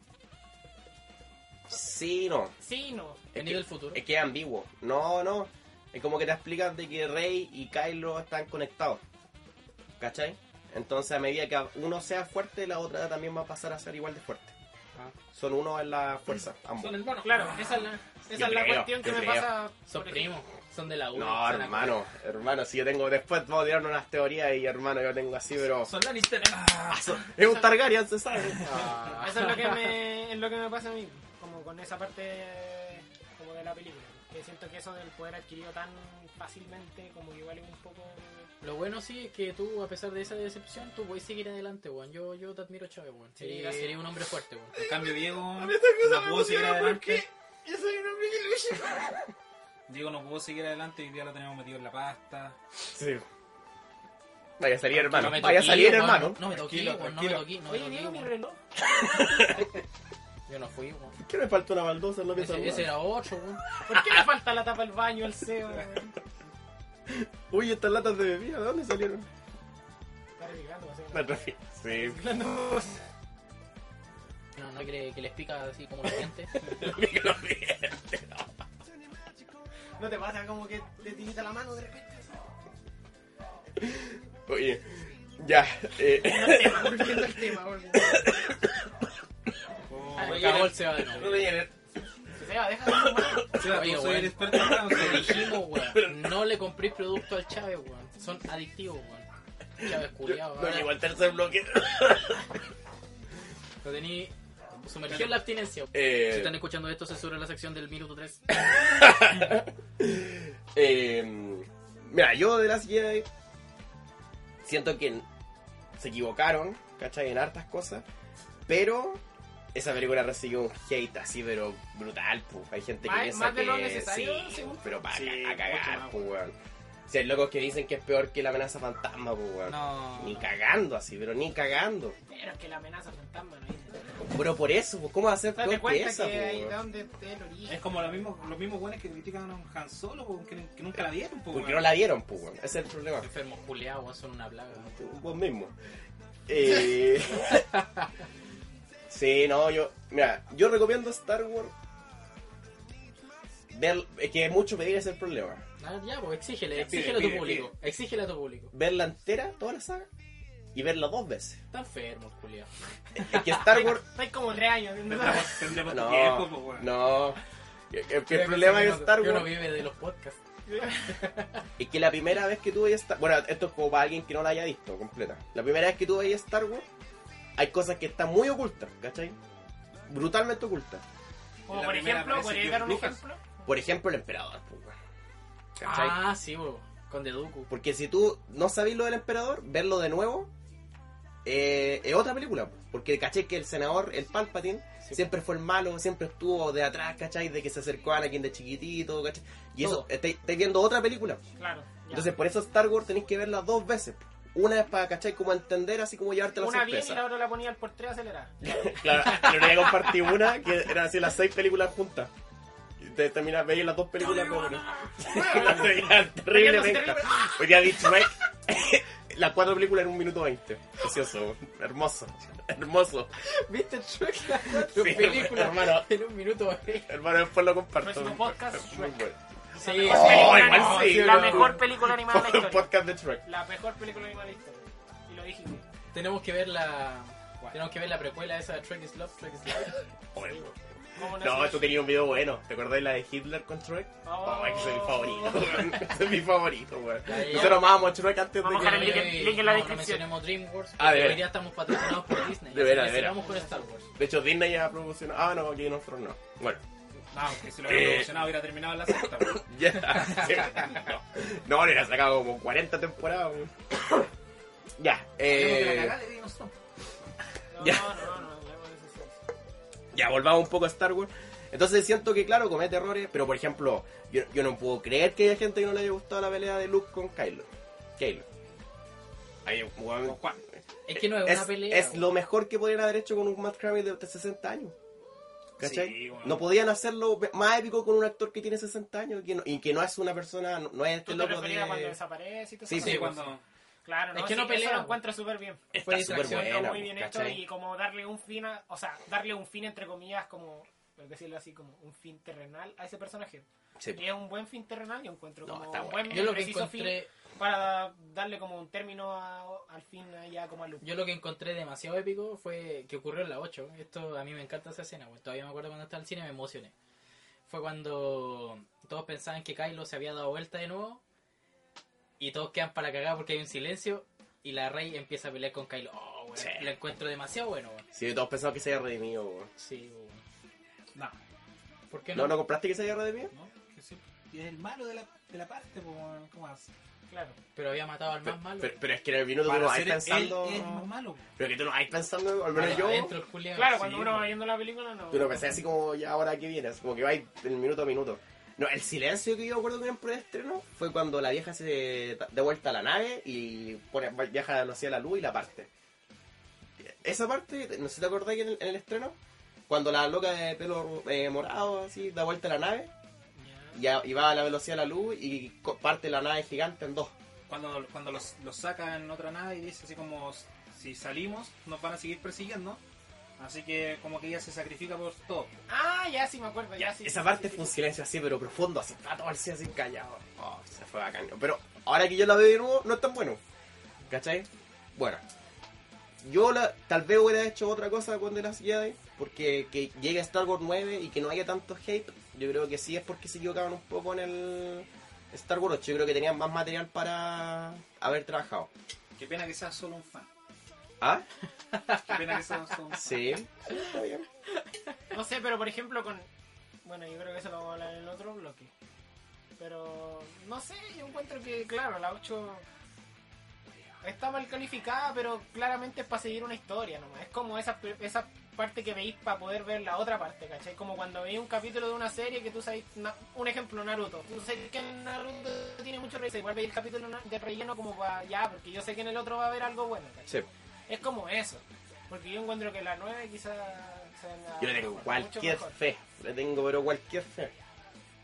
Speaker 1: Sí, no.
Speaker 3: Sí, no.
Speaker 2: Venir
Speaker 1: que-
Speaker 2: del futuro.
Speaker 1: Es que es ambiguo. No, no. Es como que te explican de que Rey y Kylo están conectados. ¿Cachai? Entonces a medida que uno sea fuerte, la otra también va a pasar a ser igual de fuerte.
Speaker 2: Ah.
Speaker 1: Son uno en la fuerza, ambos.
Speaker 7: Son hermanos.
Speaker 3: Claro, esa es la, esa
Speaker 1: Yo
Speaker 3: es la
Speaker 1: creo,
Speaker 3: cuestión que
Speaker 1: yo
Speaker 3: me
Speaker 1: creo.
Speaker 3: pasa.
Speaker 2: Son
Speaker 3: por ejemplo.
Speaker 2: primos. Son de la U.
Speaker 1: No, hermano, hermano, si yo tengo, después vamos a tirar unas teorías y hermano, yo tengo así, pero...
Speaker 7: Son Lannister.
Speaker 4: Ah,
Speaker 1: Es un Targaryen, se sabe. Ah.
Speaker 3: Eso es lo que me, es lo que me pasa a mí, como con esa parte como de la película. Que siento que eso del poder adquirido tan fácilmente, como que igual es un poco...
Speaker 2: Lo bueno sí es que tú, a pesar de esa decepción, tú puedes seguir adelante, weón. Yo, yo te admiro, Chávez, weón.
Speaker 3: Sí,
Speaker 2: Eres-
Speaker 3: gracias.
Speaker 2: eres un hombre fuerte, weón.
Speaker 4: En cambio, Diego
Speaker 1: cosa
Speaker 4: no
Speaker 1: me
Speaker 4: pudo seguir
Speaker 1: emociona
Speaker 4: adelante.
Speaker 1: Yo soy un hombre que lucha.
Speaker 4: Diego no pudo seguir adelante y hoy día lo tenemos metido en la pasta.
Speaker 1: Sí. Vaya a salir, hermano.
Speaker 2: No me
Speaker 1: Vaya a
Speaker 2: toquí,
Speaker 1: salir,
Speaker 2: weón.
Speaker 1: hermano.
Speaker 2: No me toqué,
Speaker 4: Tranquilo,
Speaker 2: weón. No me toqué.
Speaker 4: tranquilo.
Speaker 2: No me
Speaker 3: Oye, Diego,
Speaker 2: toqué,
Speaker 3: mi
Speaker 2: weón.
Speaker 3: reloj.
Speaker 2: Yo no fui, weón.
Speaker 1: ¿Qué me faltó una baldosa? No me
Speaker 2: Ese, ese era otro, weón.
Speaker 3: ¿Por qué le falta la tapa al baño, al CEO? weón?
Speaker 1: Uy, estas latas de bebida, ¿de dónde salieron?
Speaker 3: Está reciclando, va a ser una-
Speaker 1: Me refiero. Sí.
Speaker 3: Reciclando.
Speaker 2: No, no cree que les pica así como la gente.
Speaker 3: No te pasa como que te tirita la mano de repente.
Speaker 1: Oye, ya. Eh.
Speaker 3: Volviendo al tema, volviendo.
Speaker 4: Oh,
Speaker 2: Me cagó el Seba de nuevo.
Speaker 3: Seba, déjalo. weón.
Speaker 1: pues,
Speaker 4: Seba,
Speaker 2: Oye,
Speaker 4: tú soy
Speaker 2: weón.
Speaker 4: el experto en
Speaker 2: Te
Speaker 4: Browser.
Speaker 2: dijimos, weón. No le compré producto al Chávez, weón. Son adictivos, weón. Chávez culiado,
Speaker 1: No llegó al tercer bloque.
Speaker 2: Lo tení sumergido en la abstinencia. Si
Speaker 1: Eh,
Speaker 2: están escuchando esto, se sube la sección del minuto 3.
Speaker 1: eh, mira, yo de las Jedi siento que se equivocaron, ¿cachai? En hartas cosas, pero esa película recibió un hate así, pero brutal, pu. Hay gente que
Speaker 3: Más-
Speaker 1: piensa
Speaker 3: más de
Speaker 1: que.
Speaker 3: lo necesario,
Speaker 1: sí,
Speaker 3: según tú.
Speaker 1: pero para
Speaker 4: Sí,
Speaker 1: a
Speaker 4: mucho
Speaker 1: cagar,
Speaker 4: más,
Speaker 1: pu, weón. Si hay locos que dicen que es peor que la amenaza fantasma, pu, weón.
Speaker 4: No.
Speaker 1: Ni cagando así, pero ni cagando.
Speaker 3: Pero es que la amenaza fantasma no hay.
Speaker 1: Pero por eso, pues, ¿cómo va a ser
Speaker 3: Date
Speaker 1: peor que
Speaker 3: cuenta
Speaker 1: esa,
Speaker 3: que
Speaker 1: po,
Speaker 3: ahí
Speaker 1: weón?
Speaker 3: donde esté el origen.
Speaker 4: Es como los mismos, los mismos buenos que critican a Han Solo, po, que, que nunca la vieron, po,
Speaker 1: Porque no
Speaker 4: weón.
Speaker 1: la vieron, pues, weón. Ese es el problema.
Speaker 2: Enfermos culiados, weón. Son una plaga.
Speaker 1: Vos mismo. Eh... sí, no, yo. Mira, yo recomiendo Star Wars. Ver, es que mucho pedir es el problema.
Speaker 2: Ah, ya, pues exígele,
Speaker 4: Ya, pide,
Speaker 2: exígele a tu
Speaker 4: pide,
Speaker 2: público. Exígele a tu público.
Speaker 1: Verla entera, toda la saga, y verla dos veces.
Speaker 2: Están enfermos, culiados.
Speaker 1: Es que Star Wars.
Speaker 3: Estoy como tres años. ¿no?
Speaker 4: Tendremos, tendremos
Speaker 1: No,
Speaker 4: tiempo, po, weón.
Speaker 1: no. Es que El, problema es Star
Speaker 2: Yo no
Speaker 1: Wars
Speaker 2: vive de los podcasts.
Speaker 1: es que la primera vez que tú veías Star Bueno, esto es como para alguien que no la haya visto completa. La primera vez que tú veías Star Wars, hay cosas que están muy ocultas, ¿cachai? Brutalmente ocultas.
Speaker 3: Como
Speaker 4: La
Speaker 3: por
Speaker 4: primera
Speaker 3: ejemplo,
Speaker 4: aparece
Speaker 3: ¿podría
Speaker 4: George
Speaker 3: dar un
Speaker 4: Lucas.
Speaker 3: ejemplo?
Speaker 1: Por ejemplo, el emperador, pues, weón. ¿Cachai?
Speaker 2: Ah, sí, weón. Con Deduku.
Speaker 1: Porque si tú no sabís lo del emperador, verlo de nuevo eh, es otra película. po. Porque caché que el senador, el Palpatine,
Speaker 2: Sí.
Speaker 1: siempre fue el malo, siempre estuvo de atrás, ¿cachai? De que se acercó a Anakin de chiquitito, ¿cachai? Y eso,
Speaker 2: Todo.
Speaker 1: estáis estáis viendo otra película.
Speaker 3: Claro. ya.
Speaker 1: Entonces, por eso Star Wars tenéis que verla dos veces. po. Una es para, ¿cachai? Como entender, así como llevarte la
Speaker 3: una bien y la
Speaker 1: sorpresa.
Speaker 3: otra la ponía al por tres acelerada.
Speaker 1: claro, yo le compartí una que era así las seis películas juntas. Y te terminas veis las dos películas como terrible,
Speaker 3: Oye, no, sí, terrible.
Speaker 1: Hoy día vi Shrek. Las cuatro películas en un minuto veinte. Precioso, hermoso, hermoso.
Speaker 2: ¿Viste el Shrek? La cuatro
Speaker 1: Sí,
Speaker 2: película,
Speaker 1: hermano.
Speaker 2: En un minuto, weón.
Speaker 1: Hermano, después lo comparto.
Speaker 3: Nuestro podcast,
Speaker 1: Muy
Speaker 3: Shrek.
Speaker 1: bueno.
Speaker 2: Sí,
Speaker 1: Oh,
Speaker 3: Película
Speaker 1: igual
Speaker 3: animada,
Speaker 1: sí,
Speaker 3: La
Speaker 1: no.
Speaker 3: mejor película animada de la
Speaker 1: Un
Speaker 3: historia.
Speaker 1: podcast de Shrek.
Speaker 3: La mejor película animada de la historia. Y lo dije.
Speaker 2: Tenemos que ver la. Tenemos que ver la precuela esa de Trek is Love, Trek is Love.
Speaker 1: Bueno.
Speaker 3: ¿Cómo
Speaker 1: No,
Speaker 3: nació?
Speaker 1: tú tenías un video bueno. ¿Te acordás la de Hitler con Shrek?
Speaker 3: Oh.
Speaker 1: Oh, ese es mi favorito, weón. Ese es mi favorito, weón.
Speaker 2: Ya, ya.
Speaker 1: Nosotros amábamos a Shrek antes de
Speaker 3: Vamos
Speaker 1: que...
Speaker 3: a dejar el link en- link en la
Speaker 2: no,
Speaker 3: descripción.
Speaker 2: No mencionemos DreamWorks.
Speaker 1: Ah, de
Speaker 2: porque
Speaker 1: veras.
Speaker 2: Hoy día estamos patrocinados por Disney.
Speaker 1: De
Speaker 2: así
Speaker 1: veras,
Speaker 2: que
Speaker 1: de veras.
Speaker 2: sigamos con Star Wars.
Speaker 1: De hecho, Disney ya promocionó. Ah, no, aquí nosotros no. Bueno,
Speaker 4: No, que si lo hubiera
Speaker 1: Eh.
Speaker 4: promocionado hubiera terminado en la sexta, weón.
Speaker 1: ya. no, no, le ha sacado como 40 temporadas. weón. ya, eh,
Speaker 3: No,
Speaker 1: Ya.
Speaker 3: no, no, no. hablemos de eso.
Speaker 1: ya volvamos un poco a Star Wars. Entonces siento que, claro, comete errores, pero por ejemplo, yo, yo no puedo creer que haya gente que no le haya gustado la pelea de Luke con Kylo. Kylo. Ahí, weón,
Speaker 4: Con Juan.
Speaker 2: Es que no es, una pelea.
Speaker 1: es
Speaker 2: weón.
Speaker 1: lo mejor que podían haber hecho con un Matt Kramer de 60 años. ¿Cachai?
Speaker 4: Sí, bueno.
Speaker 1: No podían hacerlo más épico con un actor que tiene 60 años y que no, y que no es una persona, no, no es este
Speaker 3: ¿Tú te
Speaker 1: loco
Speaker 3: referías a cuando
Speaker 1: de...
Speaker 3: desaparece y todo
Speaker 1: Sí, pues.
Speaker 3: eso?
Speaker 1: sí,
Speaker 4: cuando,
Speaker 3: Claro, no,
Speaker 2: Es que no
Speaker 3: sí, eso
Speaker 2: pelean.
Speaker 3: lo encuentro súper bien.
Speaker 2: Fue
Speaker 1: Está súper
Speaker 2: distracción,
Speaker 3: Lo encuentro
Speaker 1: buena,
Speaker 3: muy
Speaker 1: po,
Speaker 3: bien hecho
Speaker 1: pues, ¿cachai?
Speaker 3: y como darle un fin, a- o sea, darle un fin entre comillas, como por decirlo así, como un fin terrenal a ese personaje.
Speaker 1: Sí,
Speaker 3: Y es un buen fin terrenal, yo encuentro
Speaker 1: No,
Speaker 3: como
Speaker 1: está
Speaker 3: un
Speaker 1: bueno.
Speaker 3: buen
Speaker 2: Yo lo que
Speaker 3: preciso fin
Speaker 2: encontré,
Speaker 3: para darle como un término a- al fin ya como a Luke.
Speaker 2: yo lo que encontré demasiado épico fue que ocurrió en la 8. Esto a mí me encanta esa escena, weón. todavía me acuerdo cuando estaba en el cine me emocioné. Fue cuando todos pensaban que Kylo se había dado vuelta de nuevo y todos quedan para cagar porque hay un silencio y la Rey empieza a pelear con Kylo. Oh, weón,
Speaker 1: Sí.
Speaker 2: lo encuentro demasiado bueno, weón.
Speaker 1: sí, todos pensamos que se había redimido, weón.
Speaker 2: Sí, weón.
Speaker 4: No,
Speaker 2: ¿Por qué no?
Speaker 1: ¿No, ¿No compraste que se había redimido?
Speaker 4: ¿no? Que sí. Y es el malo de la, de la parte, po, weón. ¿cómo hace?
Speaker 3: Claro.
Speaker 2: Pero había matado al
Speaker 1: Pero,
Speaker 2: más malo.
Speaker 1: pero- pero es que en el minuto tú no
Speaker 4: Para
Speaker 1: vais
Speaker 4: ser
Speaker 1: pensando.
Speaker 4: él, él más malo. po.
Speaker 1: Pero que tú no vais pensando, al menos
Speaker 2: Adentro
Speaker 1: yo.
Speaker 2: el Julián.
Speaker 3: Claro, cuando
Speaker 4: sí,
Speaker 3: uno va
Speaker 4: pues.
Speaker 3: viendo la película no.
Speaker 1: Tú no pensás así como ya ahora que vienes, como que vais del minuto a minuto. No, el silencio que yo acuerdo que en preestreno fue cuando la vieja se da da vuelta a la nave y pone, va- viaja a la velocidad de la luz y la parte. Esa parte, no sé si te acordáis en el, en el estreno, cuando la loca de pelo eh, morado así da vuelta a la nave y, a- y va a la velocidad de la luz y co- parte la nave gigante en dos.
Speaker 4: Cuando, cuando los, los saca en otra nave y dice así como si salimos nos van a seguir persiguiendo. Así que como que ella se sacrifica por todo.
Speaker 3: Ah, ya sí me acuerdo, ya sí.
Speaker 1: Esa
Speaker 3: sí,
Speaker 1: parte
Speaker 3: sí,
Speaker 1: fue un
Speaker 3: sí.
Speaker 1: silencio así, pero profundo, así, está todo el cine así callado. Oh, se fue bacán. Pero ahora que yo la veo de nuevo, no es tan bueno. ¿Cachai? Bueno. Yo la- tal vez hubiera hecho otra cosa con The Last Jedi, porque que llegue Star Wars 9 y que no haya tanto hate, yo creo que sí es porque se equivocaban un poco en el Star Wars 8. Yo creo que tenían más material para haber trabajado.
Speaker 4: Qué pena que seas solo un fan.
Speaker 1: ¿Ah?
Speaker 4: Qué pena que seas solo un fan.
Speaker 1: Sí. Sí, está bien.
Speaker 3: No sé, pero por ejemplo con... Bueno, yo creo que eso lo vamos a hablar en el otro bloque. Pero no sé, yo encuentro que, claro, la 8 está mal calificada, pero claramente es para seguir una historia nomás. Es como esa, esa parte que veis para poder ver la otra parte, ¿cachai? Como cuando veis un capítulo de una serie que tú sabes, na- un ejemplo, Naruto. Tú sabes que Naruto tiene mucho relleno, igual veis el capítulo na- de relleno como para ya, porque yo sé que en el otro va a haber algo bueno, ¿cachai?
Speaker 1: Sí.
Speaker 3: Es como eso. Porque yo encuentro que la 9 quizás se venga
Speaker 1: Yo le tengo
Speaker 3: mucho
Speaker 1: cualquier
Speaker 3: mejor.
Speaker 1: fe. Le tengo, pero cualquier fe.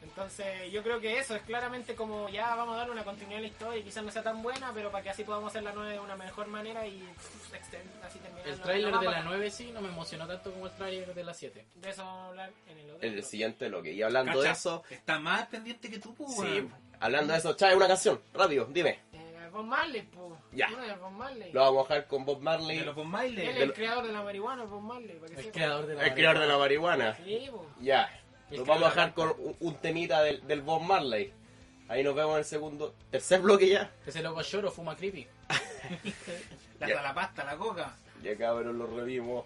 Speaker 3: Entonces, yo creo que eso es claramente como ya vamos a dar una continuidad a la historia y quizás no sea tan buena, pero para que así podamos hacer la 9 de una mejor manera y pff, extend- así terminar.
Speaker 2: El
Speaker 3: la-
Speaker 2: tráiler
Speaker 3: la
Speaker 2: de la
Speaker 3: bacán.
Speaker 2: 9 sí no me emocionó tanto como el tráiler de la 7.
Speaker 3: De eso vamos a hablar en el otro.
Speaker 1: En el siguiente bloque. Y hablando de
Speaker 4: Cacha,
Speaker 1: eso,
Speaker 4: Está más pendiente que tú, po,
Speaker 1: Sí, pues,
Speaker 4: weón.
Speaker 1: hablando de eso, Chai, una canción, rápido, dime.
Speaker 3: Eh, Bob Marley, pues.
Speaker 1: Ya.
Speaker 3: Uno de Bob Marley.
Speaker 1: Lo vamos a dejar con Bob Marley,
Speaker 4: De los Bob Marley.
Speaker 3: Él es
Speaker 1: de
Speaker 3: el
Speaker 1: lo-
Speaker 3: creador de la marihuana, Bob Marley, para que
Speaker 2: El
Speaker 3: sepa.
Speaker 2: creador de la
Speaker 1: el creador de la marihuana.
Speaker 3: Sí, po.
Speaker 1: Ya,
Speaker 2: El
Speaker 1: lo
Speaker 2: creador
Speaker 1: vamos a
Speaker 2: de la
Speaker 1: dejar con un, un temita del, del Bob Marley. Ahí nos vemos en el segundo, tercer bloque ya.
Speaker 2: Ese loco lloro, fuma creepy.
Speaker 4: La
Speaker 1: Ya.
Speaker 4: talapasta, la coca.
Speaker 1: Ya cabrón, lo revimos.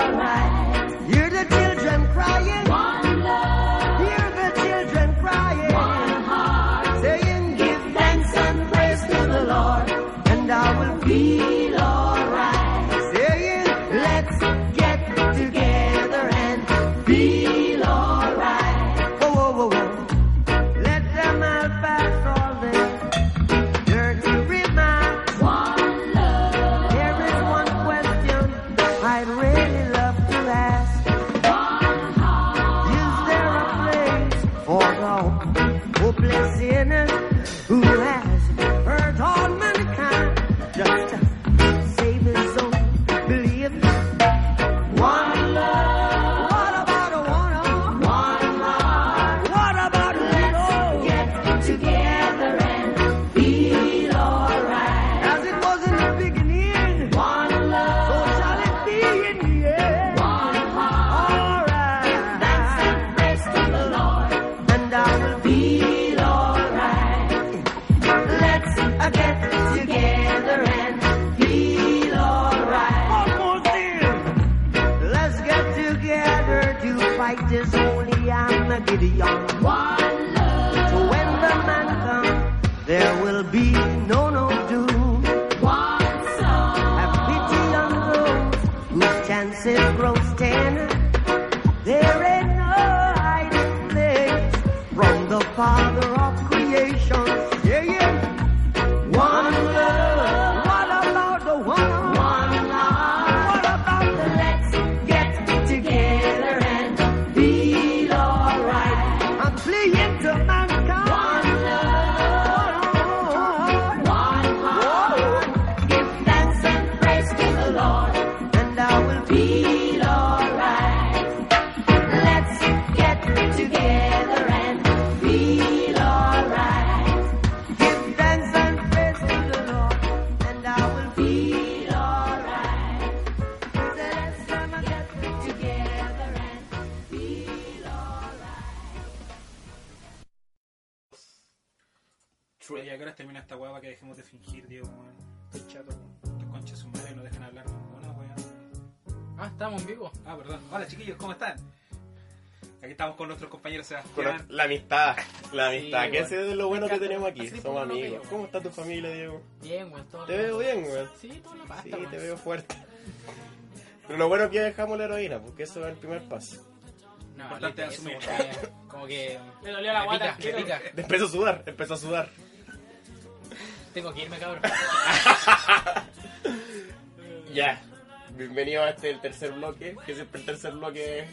Speaker 8: Hear the children crying. One love. Hear the children crying. One heart. Saying, give thanks and praise to the Lord, and I will feel alright. Saying, let's get together and feel alright. Whoa, whoa, whoa, whow. Let them all pass all their dirty remarks. There is one question I'd really love to ask. Is there a place for the hopeless sinner who has hurt all mankind? Just to save his own belief. One love. What about a one heart? One heart. What about a little? Get together and feel alright. As it was in the beginning. One love. So shall it be in the end. One heart. Alright. Give thanks and praise to the Lord. And I will feel alright. Let's uh, get together and feel alright. One more thing. Let's get together to fight this holy I'm a Gideon. One love. So when the man comes. nations. Yeah, yeah. One love. What about the one? One love. What about the let's get together and feel alright? I'm fleeing to mankind. One love. One heart. Give thanks and praise to the Lord, and I will feel alright. Let's get together and feel alright. Give thanks and praise to the Lord, and I will feel alright. Let's get together and feel alright.
Speaker 4: Oye, ¿a qué hora termina esta hueá para que dejemos de fingir, Diego? weón? Estoy chato, weón. Estos conchas su madre no dejan hablar ninguna weá.
Speaker 2: Ah, estamos en vivo.
Speaker 4: Ah, perdón. Hola chiquillos, ¿cómo están? Aquí estamos con nuestros compañeros
Speaker 1: Con
Speaker 4: Sebastián.
Speaker 1: la amistad, la amistad, que
Speaker 2: weón.
Speaker 1: ese es lo bueno que
Speaker 2: encanta.
Speaker 1: tenemos aquí,
Speaker 2: Así
Speaker 1: somos
Speaker 2: por lo
Speaker 1: amigos.
Speaker 2: menos.
Speaker 1: ¿Cómo está tu familia, Diego?
Speaker 2: Bien, weón. todo
Speaker 1: Te
Speaker 2: bien.
Speaker 1: veo bien, weón.
Speaker 2: Sí, toda la pasta,
Speaker 1: Sí,
Speaker 2: weón.
Speaker 1: te veo fuerte. Pero lo bueno es que dejamos la heroína, porque eso es el primer paso.
Speaker 2: No,
Speaker 4: Importante
Speaker 2: listo,
Speaker 4: asumir.
Speaker 2: eso, weón. Como que...
Speaker 3: Me dolió la
Speaker 2: me
Speaker 3: guata,
Speaker 2: pica, me
Speaker 3: quiero-
Speaker 2: pica.
Speaker 1: Empezó a sudar, empezó a sudar.
Speaker 2: Tengo que irme, cabrón.
Speaker 1: Ya, bienvenido a este el tercer bloque, que siempre el tercer bloque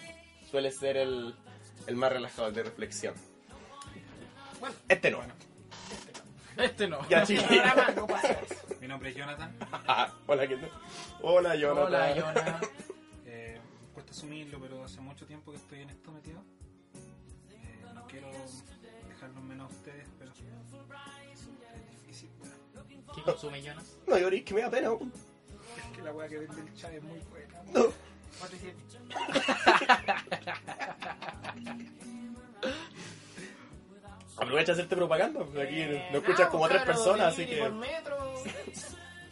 Speaker 1: suele ser el, el más relajado el de reflexión.
Speaker 3: Bueno.
Speaker 1: este no.
Speaker 2: Este no.
Speaker 1: Ya, chiqui.
Speaker 3: Programa, no pasa.
Speaker 4: Mi nombre es Jonathan.
Speaker 1: Hola, ¿qué tal? Hola, Jonathan.
Speaker 2: Hola, Jonah.
Speaker 4: Eh, cuesta asumirlo, pero hace mucho tiempo que estoy en esto metido. Eh, no quiero dejarlo menos a ustedes, pero es difícil. weón.
Speaker 2: ¿Qué consume Jonah?
Speaker 1: No llorís, que me da pena.
Speaker 4: Es que la weá que vende el chat es muy buena.
Speaker 3: Otro dice,
Speaker 1: Aprovecha de hacerte propaganda, porque aquí
Speaker 3: eh,
Speaker 1: lo escuchas
Speaker 3: no,
Speaker 1: como tres
Speaker 3: claro,
Speaker 1: personas, así
Speaker 3: delivery
Speaker 1: que
Speaker 3: por metro.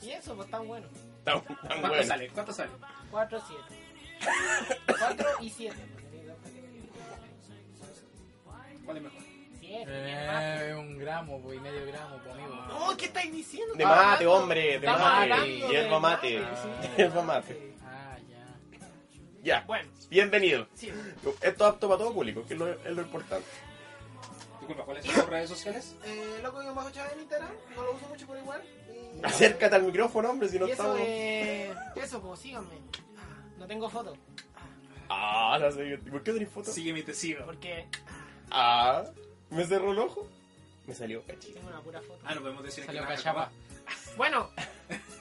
Speaker 3: Y eso, pues tan bueno.
Speaker 1: tan, tan
Speaker 4: ¿Cuánto
Speaker 1: bueno.
Speaker 4: sale? ¿Cuánto sale?
Speaker 3: 4 7. 4 y 7.
Speaker 4: ¿Cuál es mejor?
Speaker 3: 7.
Speaker 2: Eh, un gramo, pues, y medio gramo, pues, amigo.
Speaker 3: No, ¿qué estáis diciendo?
Speaker 1: De
Speaker 3: Estamos
Speaker 1: mate,
Speaker 3: hablando-
Speaker 1: hombre, de
Speaker 3: estamos
Speaker 1: mate.
Speaker 3: hablando de
Speaker 1: Hierba mate.
Speaker 3: sí.
Speaker 1: Hierba mate.
Speaker 2: Ah, ya.
Speaker 1: Ya,
Speaker 3: Bueno,
Speaker 1: bienvenido.
Speaker 3: sí.
Speaker 1: Esto es apto para todo público, que es lo, es lo importante.
Speaker 4: Disculpa, ¿cuáles son tus redes sociales?
Speaker 3: Eh, loco, yo bajo Chávez en Instagram, no lo uso mucho por igual. Y,
Speaker 1: Acércate al micrófono, hombre, si no
Speaker 3: y eso,
Speaker 1: estamos.
Speaker 3: eh, eso, pues síganme. No tengo foto,
Speaker 1: Ah, la sé. ¿Por qué tenés fotos?
Speaker 4: Sígueme y te sigo.
Speaker 3: porque
Speaker 1: Ah, me cerró el ojo. Me salió cachito.
Speaker 3: tengo una pura foto.
Speaker 4: Ah, no podemos decir
Speaker 2: Salió
Speaker 4: la
Speaker 2: cachapa.
Speaker 3: Bueno,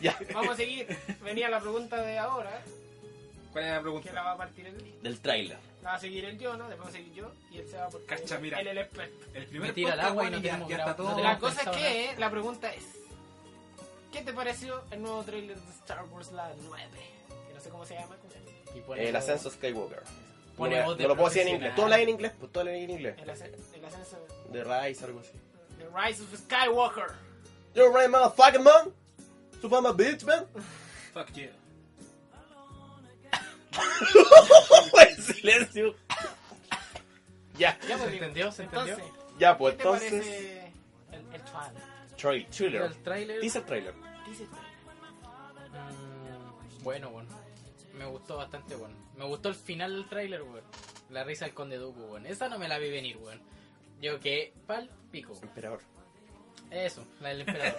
Speaker 1: Ya.
Speaker 3: vamos a seguir. Venía la pregunta de ahora,
Speaker 4: ¿Cuál es la
Speaker 3: que
Speaker 4: pregunta?
Speaker 3: la va a partir el...
Speaker 1: Del trailer.
Speaker 3: La va a seguir el yo, ¿no? Después va a seguir yo y él se va por...
Speaker 4: Cacha, mira.
Speaker 3: Él es el experto.
Speaker 4: El primer
Speaker 2: Me tira el agua y no
Speaker 4: weón, ya-
Speaker 2: tenemos
Speaker 4: ya
Speaker 2: grado.
Speaker 4: está todo.
Speaker 2: No
Speaker 3: La
Speaker 2: tenemos-
Speaker 3: cosa es
Speaker 2: pensado
Speaker 3: que, eh, la pregunta es... ¿Qué te pareció el nuevo trailer de Star Wars La 9? Que no sé cómo se llama. ¿cómo se llama?
Speaker 2: Y pone
Speaker 1: Eh, El
Speaker 2: todo.
Speaker 1: ascenso Skywalker. No,
Speaker 2: Pone
Speaker 1: me-
Speaker 2: voz de
Speaker 1: no lo puedo decir en
Speaker 2: profesional.
Speaker 1: inglés. Todo lo hay en inglés, pues todo lo hay en inglés.
Speaker 3: El, asc- el ascenso...
Speaker 1: De Rise, algo así.
Speaker 3: The Rise of Skywalker.
Speaker 1: You're right, motherfucking man. So I'm a bitch, man.
Speaker 4: Fuck yeah.
Speaker 1: El silencio. ya,
Speaker 3: Ya,
Speaker 2: ¿Se entendió? ¿Se entendió?
Speaker 3: Entonces,
Speaker 1: ya, pues
Speaker 3: ¿qué te
Speaker 1: entonces.
Speaker 3: parece el, el trailer?
Speaker 1: Trail,
Speaker 2: Mira
Speaker 1: thriller.
Speaker 2: el tráiler.
Speaker 1: Dice el trailer.
Speaker 3: Dice el trailer.
Speaker 2: Mm, Bueno, bueno. Me gustó bastante, bueno. Me gustó el final del tráiler, bueno. La risa del Conde Dooku, bueno. Esa no me la vi venir, bueno. Yo que pal pico.
Speaker 1: Emperador.
Speaker 2: Eso, la del emperador.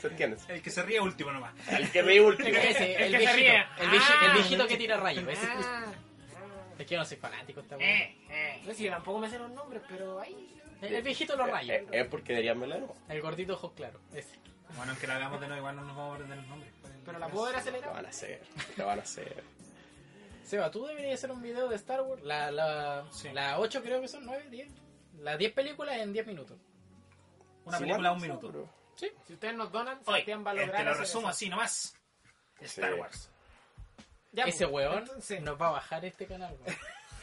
Speaker 1: ¿Se entiende?
Speaker 4: El que se ríe último nomás.
Speaker 1: El que me último.
Speaker 2: Ese, el,
Speaker 3: que se
Speaker 2: viejito,
Speaker 3: ríe.
Speaker 2: el vieji- el
Speaker 3: Ah.
Speaker 2: viejito que tira rayos. ese.
Speaker 3: Ah,
Speaker 2: Es que yo no soy fanático esta weón.
Speaker 3: eh, eh. No sé, yo tampoco me sé los nombres, pero ahí...
Speaker 2: El, el viejito de los rayos.
Speaker 1: Eh, Es porque deberían verla, ¿no?
Speaker 2: El gordito ojos claro. Ese.
Speaker 4: Bueno, aunque la hagamos de nuevo, igual no nos vamos a perder los nombres.
Speaker 3: Pero la puedo ver
Speaker 1: Lo
Speaker 3: acelerada.
Speaker 1: van a hacer. Lo van a hacer.
Speaker 2: Seba, tú deberías hacer un video de Star Wars. La, la,
Speaker 4: Sí.
Speaker 2: la 8 creo que son 9, 10. Las 10 películas en 10 minutos.
Speaker 4: Una
Speaker 1: Sí,
Speaker 4: película a un
Speaker 1: bueno,
Speaker 4: minuto.
Speaker 1: seguro.
Speaker 2: Sí.
Speaker 3: Si ustedes nos donan,
Speaker 4: Oye,
Speaker 3: Sebastián va a
Speaker 4: eh,
Speaker 3: lograr
Speaker 4: te lo
Speaker 3: hacer
Speaker 4: resumo
Speaker 3: eso.
Speaker 4: así nomás. Star
Speaker 1: Sí.
Speaker 4: Wars.
Speaker 3: Ya,
Speaker 2: Ese
Speaker 3: pues,
Speaker 2: weón
Speaker 3: entonces,
Speaker 2: nos va a bajar este canal. weón.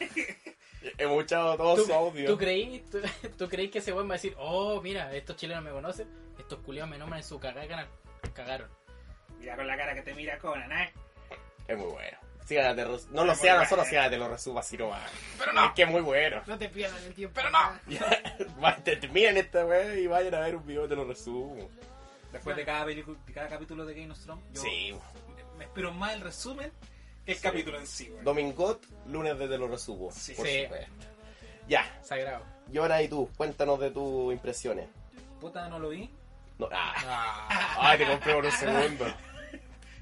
Speaker 1: Hemos escuchado todo
Speaker 2: ¿Tú,
Speaker 1: su audio.
Speaker 2: tú creí, tú, tú creí que ese weón va a decir, oh, mira, estos chilenos me conocen, estos culiados me nombran en su cagada de canal. Cagaron.
Speaker 4: Mira con la cara que te mira Conan, ¿eh?
Speaker 1: Es muy bueno. Síganla, te res- No lo
Speaker 4: Es muy
Speaker 1: sea
Speaker 4: bueno.
Speaker 1: nosotros, síganla, te lo resuma así nomás. Pero no. Es que es muy bueno.
Speaker 3: No te pierdan el tiempo. Pero no.
Speaker 1: Ya, va- te- te- Miren esta wey y vayan a ver un video, te lo resumo.
Speaker 4: Después de cada, pelicu- de cada capítulo de Game of Thrones, yo
Speaker 1: Sí.
Speaker 4: me espero más el resumen que el capítulo en sí, güey.
Speaker 1: Domingot, lunes de te lo resumo.
Speaker 4: Sí.
Speaker 1: por
Speaker 2: Sí.
Speaker 1: supuesto. Ya,
Speaker 2: Sagrado.
Speaker 1: Yona y tú, cuéntanos de tus impresiones.
Speaker 4: Puta, no lo vi.
Speaker 1: No, ah. Ay, te compré por un segundo.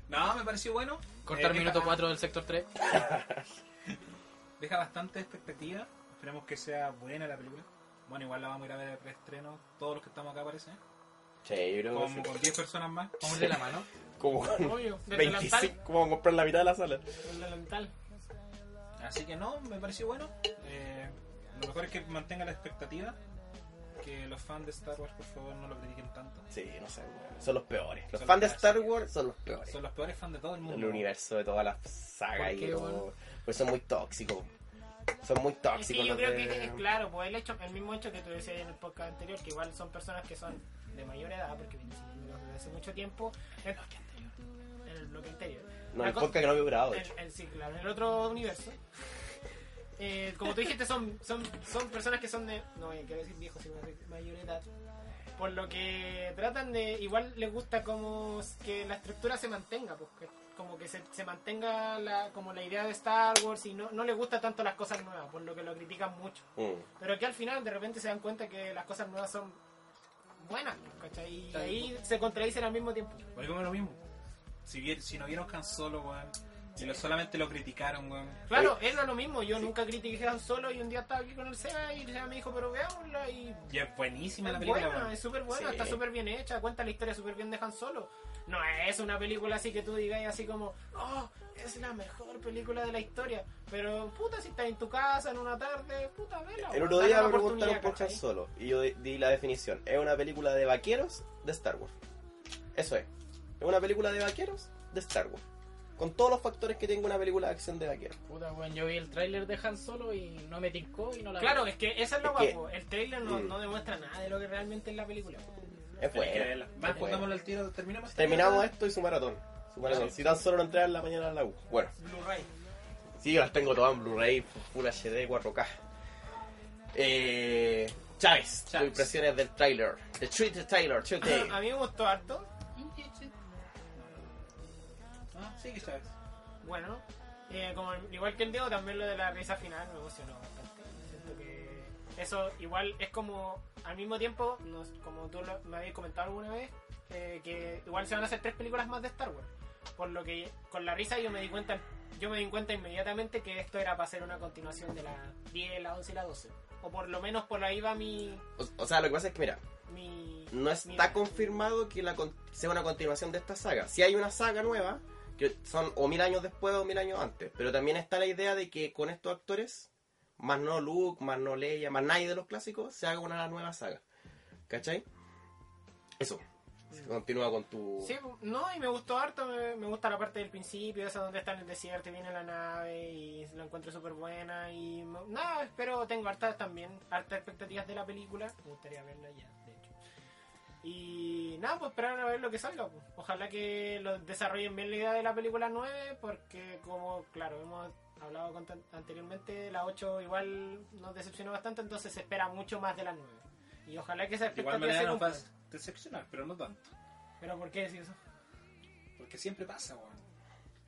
Speaker 4: No, me pareció bueno.
Speaker 2: Cortar
Speaker 4: Eh,
Speaker 2: minuto
Speaker 1: ah.
Speaker 4: deja-
Speaker 2: 4 del sector 3.
Speaker 4: Deja bastante expectativa. Esperemos que sea buena la película. Bueno, igual la vamos a ir a ver de preestreno. Todos los que estamos acá parece.
Speaker 1: Che, yo creo que
Speaker 4: Como
Speaker 1: sí.
Speaker 4: con 10 personas más.
Speaker 2: Vamos de la mano.
Speaker 1: como
Speaker 3: Obvio, del delantal.
Speaker 1: 25, como comprar la mitad de la sala.
Speaker 3: Del delantal.
Speaker 4: Así que no, me pareció bueno. Eh, lo mejor es que mantenga la expectativa. Que los fans de Star Wars, por favor, no lo critiquen tanto.
Speaker 1: Sí, no sé, weón. son los peores. Los
Speaker 4: Son
Speaker 1: fans de
Speaker 4: los
Speaker 1: Star
Speaker 4: peores.
Speaker 1: Wars son los peores.
Speaker 4: Son los peores fans de todo el mundo.
Speaker 1: El universo de todas las sagas
Speaker 2: ¿Por
Speaker 1: y
Speaker 2: qué,
Speaker 1: todo.
Speaker 2: weón?
Speaker 1: Pues son muy tóxicos. Son muy
Speaker 3: Es
Speaker 1: tóxicos
Speaker 3: que yo
Speaker 1: los
Speaker 3: creo
Speaker 1: de-
Speaker 3: que es claro, pues el, hecho, el mismo hecho que tú decías en el podcast anterior, que igual son personas que son de mayor edad, porque vienen siguiéndolos desde hace mucho tiempo. En el bloque anterior. En el bloque anterior.
Speaker 1: No,
Speaker 3: La
Speaker 1: el
Speaker 3: co-
Speaker 1: podcast que no había grabado. de hecho.
Speaker 3: el, el, sí, claro, en el otro universo. Eh, como tú dijiste, son, son, son personas que son de. No, eh, quiero decir viejos, sino de mayor edad. Por lo que tratan de. Igual les gusta como s- que la estructura se mantenga, pues, que- como que se, se mantenga la, como la idea de Star Wars y no, no les gusta tanto las cosas nuevas, por lo que lo critican mucho.
Speaker 1: Mm.
Speaker 3: Pero que al final de repente se dan cuenta que las cosas nuevas son buenas, ¿cachai? Y ahí se contradicen al mismo tiempo.
Speaker 4: Volvemos a lo mismo. Si, vi- si no vieron Han Solo, weón. Si lo- solamente lo criticaron, weón.
Speaker 3: Claro, él no es lo mismo. Yo nunca critiqué a Han Solo y un día estaba aquí con el Seba y el Seba me dijo, pero veámosla y...
Speaker 4: Y es buenísima
Speaker 3: Es
Speaker 4: la película,
Speaker 3: buena,
Speaker 4: weón.
Speaker 3: es súper buena,
Speaker 1: Sí.
Speaker 3: está súper bien hecha, cuenta la historia súper bien de Han Solo. No es una película así que tú digas así como, oh, es la mejor película de la historia. Pero, puta, si estás en tu casa en una tarde, puta, vela.
Speaker 1: El
Speaker 3: weón,
Speaker 1: otro
Speaker 3: dale
Speaker 1: día
Speaker 3: Ah, la
Speaker 1: me preguntaron
Speaker 3: oportunidad,
Speaker 1: por Han
Speaker 3: ¿cachai?
Speaker 1: Solo y yo di- di la definición. Es una película de vaqueros de Star Wars. Eso es. Es una película de vaqueros de Star Wars. Con todos los factores que tenga una película de acción de vaqueros.
Speaker 2: Puta, weón, yo vi el tráiler de Han Solo y no me tincó y no la
Speaker 3: Claro,
Speaker 2: vi.
Speaker 3: es que esa es lo
Speaker 1: Es que-
Speaker 3: guapo. El trailer no,
Speaker 1: Mm.
Speaker 3: no demuestra nada de lo que realmente es la película.
Speaker 1: Es
Speaker 4: Tenés que
Speaker 1: buena.
Speaker 4: verla. Más,
Speaker 1: Es
Speaker 4: pongámoslo
Speaker 1: buena.
Speaker 4: al tiro. Terminamos. esta
Speaker 1: Terminamos
Speaker 4: mierda?
Speaker 1: esto y su maratón. Su maratón. Si tan solo no entrar en la mañana a la U. Bueno,
Speaker 3: Blu-ray.
Speaker 1: sí, yo las tengo todas en Blu-ray, Full HD, 4K. Eh, Chávez, tus
Speaker 4: Chávez.
Speaker 1: impresiones del trailer. The Treat the Trailer, Tuesday.
Speaker 3: A mí me gustó harto.
Speaker 4: Ah, sí, que sabes.
Speaker 3: Bueno, eh, como el- igual que el Diego, también lo de la risa final me emocionó bastante. Siento que eso igual es como, al mismo tiempo, no s- como tú lo- me habías comentado alguna vez, eh, que igual se van a hacer tres películas más de Star Wars. Por lo que con la risa yo me di cuenta, yo me di cuenta inmediatamente que esto era para hacer una continuación de la 10, la 11 y la 12. O por lo menos por ahí va mi...
Speaker 1: O, o sea, lo que pasa es que, mira,
Speaker 3: mi
Speaker 1: no está
Speaker 3: Mira.
Speaker 1: confirmado que la con- sea una continuación de esta saga. Si hay una saga nueva, que son o mil años después o mil años antes, pero también está la idea de que con estos actores, más no Luke, más no Leia, más nadie de los clásicos, se haga una nueva saga. ¿Cachai? Eso. Continúa con tu...
Speaker 3: Mm. Sí, no, y me gustó harto, me, me gusta la parte del principio, esa donde está en el desierto y viene la nave y la encuentro súper buena y me- nada, espero, tengo hartas también, hartas expectativas de la película, me gustaría verla ya, de hecho. Y nada, pues esperar a ver lo que salga, pues. ojalá que lo desarrollen bien la idea de la película 9, porque como, claro, hemos hablado con tan- anteriormente, la 8 igual nos decepcionó bastante, entonces se espera mucho más de la 9. Y ojalá que esa
Speaker 4: De igual
Speaker 3: expectativa
Speaker 4: manera
Speaker 3: se
Speaker 4: nos va a
Speaker 3: cumpla.
Speaker 4: decepcionar, pero no tanto.
Speaker 3: Pero ¿por qué decir eso?
Speaker 4: Porque siempre pasa, weón.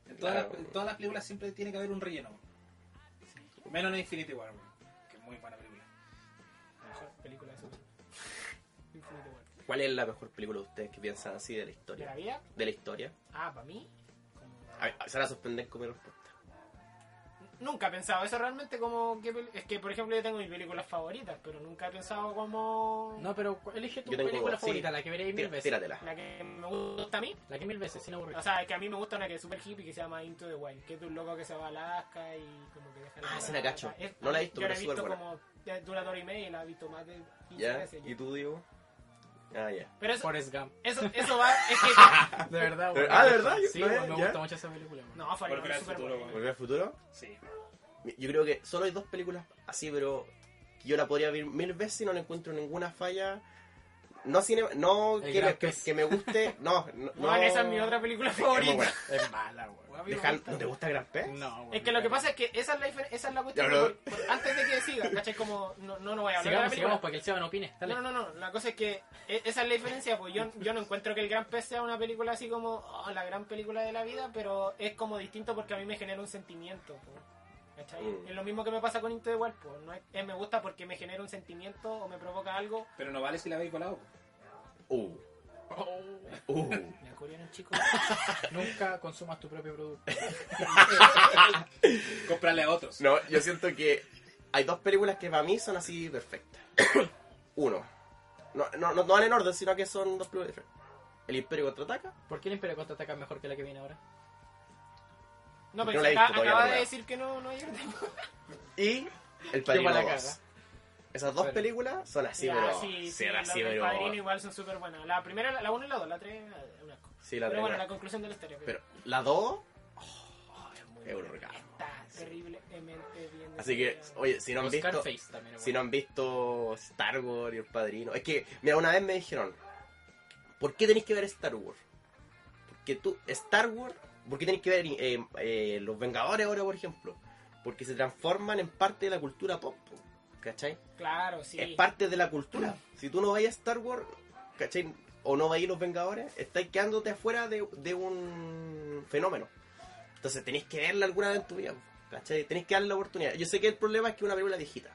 Speaker 4: En todas,
Speaker 1: Claro.
Speaker 4: las, en todas las películas siempre tiene que haber un relleno. weón. Menos en Infinity War, weón. Que es muy buena película.
Speaker 3: La mejor película de superhéroes. Infinity War.
Speaker 1: ¿Cuál es la mejor película de ustedes que piensan así de la
Speaker 3: ¿De la
Speaker 1: historia?
Speaker 3: vida?
Speaker 1: De la historia.
Speaker 3: Ah, para mí. como-
Speaker 1: A ver, se van a sorprender con mi respuesta.
Speaker 3: Nunca he pensado eso realmente como... Que pel- Es que, por ejemplo, yo tengo mis películas favoritas, pero nunca he pensado como...
Speaker 2: No, pero cu- elige tu
Speaker 1: Yo tengo
Speaker 2: película
Speaker 1: dos, sí.
Speaker 2: favorita, la que veréis mil
Speaker 1: Tira-
Speaker 2: veces.
Speaker 1: Tíratela.
Speaker 3: La que me gusta a mí.
Speaker 2: La que mil veces, sin aburrir.
Speaker 3: O sea, que a mí me gusta una que es super hippie que se llama Into the Wild, que es de un loco que se va a Alaska y como que deja
Speaker 1: Ah, esa
Speaker 3: se
Speaker 1: la cacho. No la he visto, pero
Speaker 3: yo la he
Speaker 1: es
Speaker 3: visto
Speaker 1: superbuena.
Speaker 3: como... eh, Dura hora y media y la he visto más de 15
Speaker 1: ¿Ya?
Speaker 3: veces.
Speaker 1: ¿Y tú, Diego? Ah, ya.
Speaker 3: Pero eso,
Speaker 2: Forrest Gump.
Speaker 3: eso, eso va... Es que...
Speaker 2: De verdad,
Speaker 1: Pero-
Speaker 2: weón.
Speaker 1: ah, ¿de verdad? Yo-
Speaker 2: Sí,
Speaker 1: no,
Speaker 2: weón, me
Speaker 1: ya.
Speaker 2: gusta mucho esa película, weón.
Speaker 3: No, Forrest
Speaker 4: Volver
Speaker 3: Gump es
Speaker 4: al futuro,
Speaker 3: superbuena.
Speaker 4: güey.
Speaker 1: ¿Volver al futuro?
Speaker 4: Sí.
Speaker 1: Yo creo que solo hay dos películas así, pero que yo la podría ver mil veces y no le encuentro ninguna falla. No cine, no
Speaker 2: El
Speaker 1: que
Speaker 2: gran
Speaker 1: me, que,
Speaker 2: pez.
Speaker 1: que me guste, no, no,
Speaker 3: Bueno, esa es mi otra película favorita.
Speaker 2: Es mala, weón.
Speaker 1: Deja- ¿No te gusta Gran Pez?
Speaker 2: No, weón.
Speaker 3: Es que lo que pasa es que esa es la, difer- esa es la cuestión.
Speaker 1: Ya, bro.
Speaker 3: por- por- antes de que siga, ¿cachai? Como, no, no, no voy a hablar de la
Speaker 2: Sigamos,
Speaker 3: película.
Speaker 2: sigamos, para que el Seba no opine. Dale.
Speaker 3: No, no, no, la cosa es que e- esa es la diferencia, pues yo, yo no encuentro que El Gran Pez sea una película así como oh, la gran película de la vida, pero es como distinto porque a mí me genera un sentimiento, pues. ¿cachai?
Speaker 1: Mm.
Speaker 3: Es lo mismo que me pasa con Into de Walpo. No es, es me gusta porque me genera un sentimiento o me provoca algo.
Speaker 4: Pero no vale si la veis colado.
Speaker 1: Uh. Uh.
Speaker 3: Me acurrieron, chicos.
Speaker 2: Oh. Nunca consumas tu propio producto.
Speaker 4: Comprarle a otros.
Speaker 1: No, yo siento que hay dos películas que para mí son así perfectas. Uno. No, no, no, no van en orden, sino que son dos películas diferentes. El Imperio contraataca.
Speaker 2: ¿Por qué el Imperio contraataca es mejor que la que viene ahora?
Speaker 3: No,
Speaker 1: Yo
Speaker 3: pero
Speaker 1: la he
Speaker 3: si
Speaker 1: visto
Speaker 3: acá-
Speaker 1: todavía,
Speaker 3: acaba
Speaker 1: no la
Speaker 3: de
Speaker 1: veo.
Speaker 3: decir que no, no hay tampoco.
Speaker 1: Y El
Speaker 2: Qué
Speaker 1: Padrino
Speaker 2: mala
Speaker 1: 2.
Speaker 2: caga.
Speaker 1: Esas dos
Speaker 2: Pero-
Speaker 1: películas son así,
Speaker 3: Ya,
Speaker 1: pero...
Speaker 3: sí, sí,
Speaker 1: son
Speaker 3: las
Speaker 1: así,
Speaker 3: del
Speaker 1: pero...
Speaker 3: Padrino igual son súper buenas. La primera, la 1 y la 2, la 3, una cosa.
Speaker 1: Sí, la
Speaker 3: Pero bueno,
Speaker 1: tres,
Speaker 3: la conclusión de la historia.
Speaker 1: Pero la dos... oh,
Speaker 3: muy
Speaker 1: Es un
Speaker 3: buena.
Speaker 1: regalo.
Speaker 3: Está terriblemente bien.
Speaker 1: Así que,
Speaker 3: desarrollada.
Speaker 1: oye, si no han visto...
Speaker 2: Scarface también es
Speaker 1: Si no
Speaker 2: bueno.
Speaker 1: han visto Star Wars y El Padrino... Es que, mira, una vez me dijeron... ¿Por qué tenéis que ver Star Wars? Porque tú... Star Wars... ¿Por qué tenéis que ver eh, eh, Los Vengadores ahora, por ejemplo? Porque se transforman en parte de la cultura pop. po, ¿Cachai?
Speaker 3: Claro, sí.
Speaker 1: es parte de la cultura. Si tú no veis Star Wars, ¿cachai? O no veis Los Vengadores, estáis quedándote afuera de, de un fenómeno. Entonces tenéis que verla alguna vez en tu vida, ¿cachai? Tenéis que darle la oportunidad. Yo sé que el problema es que es una película viejita.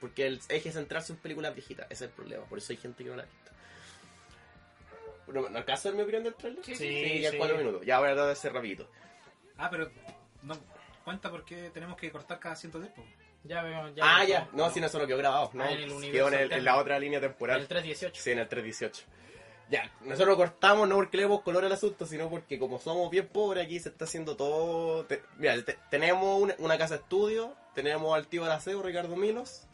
Speaker 1: Porque el eje central son películas viejitas, ese es el problema. Por eso hay gente que no la ha visto. Bueno, ¿No alcanzo a dar mi opinión del trailer?
Speaker 3: Sí,
Speaker 1: ya
Speaker 4: sí.
Speaker 1: cuatro minutos. Ya voy a tratar de ser rapidito.
Speaker 4: Ah, pero no cuenta porque tenemos que cortar cada cierto tiempo.
Speaker 2: Ya veo, ya
Speaker 1: ah,
Speaker 2: veo.
Speaker 1: ya. No, si no, eso no quedó grabado. No,
Speaker 2: Ah, en el
Speaker 1: quedó
Speaker 2: universo
Speaker 1: en, el- en la
Speaker 2: alterno.
Speaker 1: otra línea temporal.
Speaker 2: El 318.
Speaker 1: Sí, en el 318. Ya, nosotros cortamos no porque le demos color al asunto, sino porque como somos bien pobres aquí se está haciendo todo... te- Mira, te- tenemos una, una casa estudio, tenemos al tío Araceo, Ricardo Milos,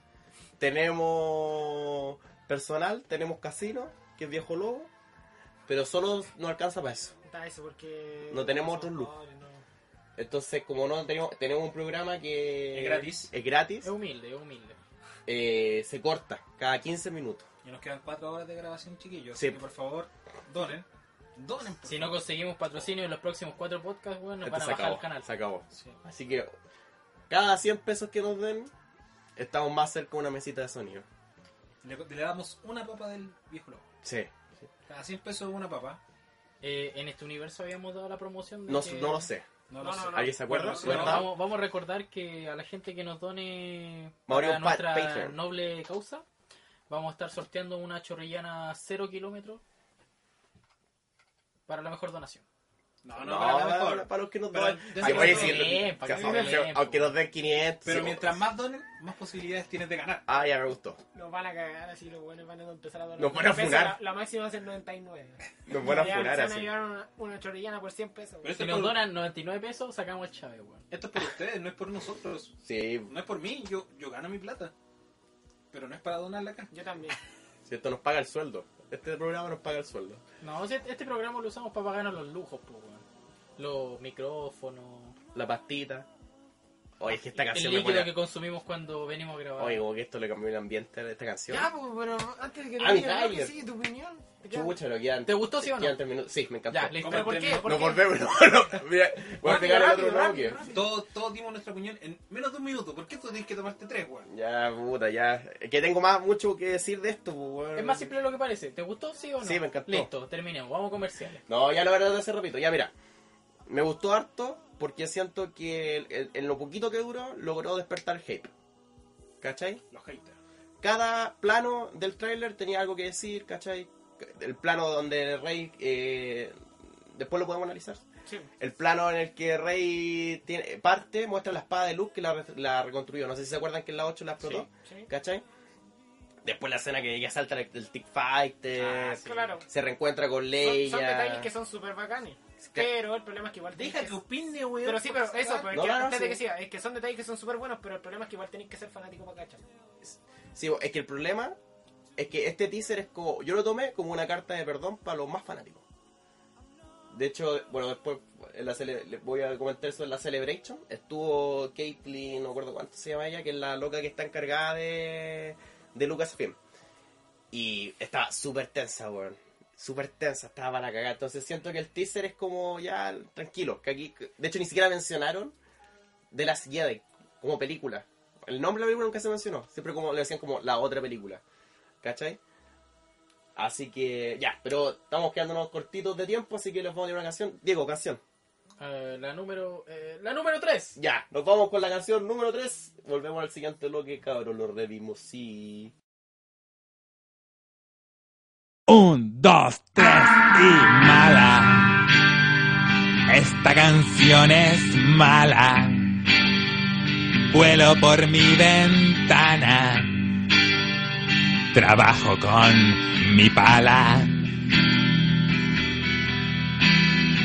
Speaker 1: tenemos personal, tenemos casino, que es viejo lobo, pero solo nos alcanza para eso.
Speaker 3: Está eso porque.
Speaker 1: No tenemos
Speaker 3: son
Speaker 1: otros lujos.
Speaker 3: pobres, no.
Speaker 1: Entonces, como no tenemos, tenemos un programa que...
Speaker 4: Es gratis.
Speaker 1: Es gratis,
Speaker 2: Es humilde, es humilde.
Speaker 1: eh, se corta cada 15 minutos.
Speaker 4: Y nos quedan cuatro horas de grabación, chiquillos.
Speaker 1: Sí.
Speaker 4: Así que por favor, donen. Donen. por
Speaker 2: Si no conseguimos patrocinio en los próximos cuatro podcasts, bueno, nos van a
Speaker 1: Entonces, Este se
Speaker 2: bajar
Speaker 1: acabó,
Speaker 2: el canal.
Speaker 1: Se acabó.
Speaker 4: Sí.
Speaker 1: Así que cada 100 pesos que nos den, estamos más cerca de una mesita de sonido.
Speaker 4: Le, le damos una papa del viejo lobo.
Speaker 1: Sí.
Speaker 4: Cada 100 pesos una papa.
Speaker 2: Eh, en este universo habíamos dado la promoción de
Speaker 1: No,
Speaker 2: que-
Speaker 1: no lo sé.
Speaker 4: No,
Speaker 3: No,
Speaker 4: lo
Speaker 3: no,
Speaker 4: sé.
Speaker 3: no.
Speaker 1: ¿Alguien se acuerda?
Speaker 4: Bueno, sí,
Speaker 2: Bueno,
Speaker 1: ¿Verdad?
Speaker 2: vamos, vamos a recordar que a la gente que nos done
Speaker 1: Vamos a abrir
Speaker 2: para
Speaker 1: un pa-
Speaker 2: nuestra
Speaker 1: Patreon.
Speaker 2: noble causa, vamos a estar sorteando una chorrillana 0 kilómetros para la mejor donación.
Speaker 4: No,
Speaker 2: Ah,
Speaker 4: no,
Speaker 1: No,
Speaker 4: para la
Speaker 1: para,
Speaker 4: mejor.
Speaker 1: para los que nos
Speaker 4: Pero
Speaker 1: dan.
Speaker 4: de-
Speaker 1: Ay,
Speaker 4: de-
Speaker 1: oye,
Speaker 4: de-
Speaker 1: si-
Speaker 2: bien, para
Speaker 1: si-
Speaker 2: que
Speaker 1: si-
Speaker 2: bien,
Speaker 1: aunque nos den 500.
Speaker 4: Pero
Speaker 1: sí,
Speaker 4: mientras más donen, más posibilidades tienes de ganar.
Speaker 1: Ah, ya me gustó.
Speaker 3: Nos van a cagar así, los buenos van a empezar a donar.
Speaker 1: Nos van a
Speaker 3: 100 pesos,
Speaker 1: funar.
Speaker 3: La, la máxima va a ser 99.
Speaker 1: Nos van a
Speaker 3: Ya,
Speaker 1: funar
Speaker 3: se van a
Speaker 1: así.
Speaker 3: llevar una, una chorrillana por 100 pesos.
Speaker 4: Pero esto
Speaker 2: Si
Speaker 4: es,
Speaker 2: nos
Speaker 4: por,
Speaker 2: donan 99 pesos, sacamos el chave, weón.
Speaker 4: esto es por ustedes, no es por nosotros.
Speaker 1: Sí,
Speaker 4: No es por mí, yo, yo gano mi plata. Pero no es para donarla acá.
Speaker 3: Yo también.
Speaker 1: si esto nos paga el sueldo. Este programa nos paga el sueldo.
Speaker 2: No, si este este programa lo usamos para pagarnos los lujos, pues, weón. Los micrófonos,
Speaker 1: La pastita. Oye, es que esta
Speaker 2: el
Speaker 1: canción me
Speaker 2: líquido
Speaker 1: pone.
Speaker 2: que consumimos cuando venimos a grabar.
Speaker 1: Oye, como que esto le cambió el ambiente a esta canción.
Speaker 3: Ya, pues, pero antes de que
Speaker 1: Ah, mi
Speaker 3: digas,
Speaker 1: tráiler.
Speaker 3: sí, tu opinión. te queda-
Speaker 1: Chucha, lo quedan.
Speaker 2: ¿Te gustó, sí o no?
Speaker 1: quedan tres minutos. Sí, me encantó.
Speaker 2: ya, listo.
Speaker 3: ¿Pero por qué? ¿Por
Speaker 1: Nos
Speaker 3: qué?
Speaker 1: volvemos, no, no, mira, voy a pegar el otro
Speaker 3: rápido,
Speaker 1: bloque.
Speaker 3: rápido,
Speaker 4: Todos, todos dimos nuestra opinión en menos de un minuto. ¿Por qué tú tienes que tomarte tres, weón?
Speaker 1: Ya, puta, ya. Es que tengo más mucho que decir de esto, pues, weón.
Speaker 2: Es más simple de lo que parece. ¿Te gustó, sí o no?
Speaker 1: Sí, me encantó.
Speaker 2: Listo, terminemos. Vamos a comerciales.
Speaker 1: No, ya lo verdad de hacer repito. Ya, mira. Me gustó harto porque siento que el- el- en lo poquito que duró logró despertar hype. ¿Cachai?
Speaker 4: Los haters.
Speaker 1: Cada plano del tráiler tenía algo que decir, ¿cachai? El plano donde el rey... eh, después lo podemos analizar.
Speaker 3: Sí.
Speaker 1: El plano en el que Rey tiene, parte muestra la espada de Luke que la, re- la reconstruyó. No sé si se acuerdan que en la 8 la explotó.
Speaker 3: Sí.
Speaker 1: ¿Cachai? Después la escena que ella salta el, el Tick Fighter.
Speaker 3: Ah, claro.
Speaker 1: Se reencuentra con
Speaker 3: Son,
Speaker 1: Eh, Leia.
Speaker 3: son detalles que son súper bacanes. Pero el problema es que igual
Speaker 4: Deja
Speaker 3: tienes
Speaker 4: que
Speaker 3: que...
Speaker 4: opine, weón.
Speaker 3: Pero sí, pero eso, pero es
Speaker 1: No,
Speaker 3: que
Speaker 1: no, no,
Speaker 3: antes de
Speaker 1: sí.
Speaker 3: que siga, es que son detalles que son súper buenos, pero el problema es que igual tenés que ser fanático para cachar.
Speaker 1: Sí, es que el problema es que este teaser es como. Yo lo tomé como una carta de perdón para los más fanáticos. De hecho, bueno, después en la cele- les voy a comentar eso en la Celebration. Estuvo Caitlyn, no recuerdo cuánto se llama ella, que es la loca que está encargada de, de Lucasfilm. Y estaba súper tensa, weón. Súper tensa, estaba para cagar. Entonces siento que el teaser es como ya tranquilo. Que aquí, de hecho, ni siquiera mencionaron de las Jedi como película. El nombre de la película nunca se mencionó. Siempre como le decían como la otra película. ¿Cachai? Así que ya, pero estamos quedándonos cortitos de tiempo, así que les vamos a leer una canción. Diego, canción.
Speaker 2: Eh, la número. eh, la número 3.
Speaker 1: Ya, nos vamos con la canción número 3. Volvemos al siguiente bloque, cabrón. Lo revimos, sí.
Speaker 9: Un, dos, tres y mala. Esta canción es mala. Vuelo por mi ventana. Trabajo con mi pala.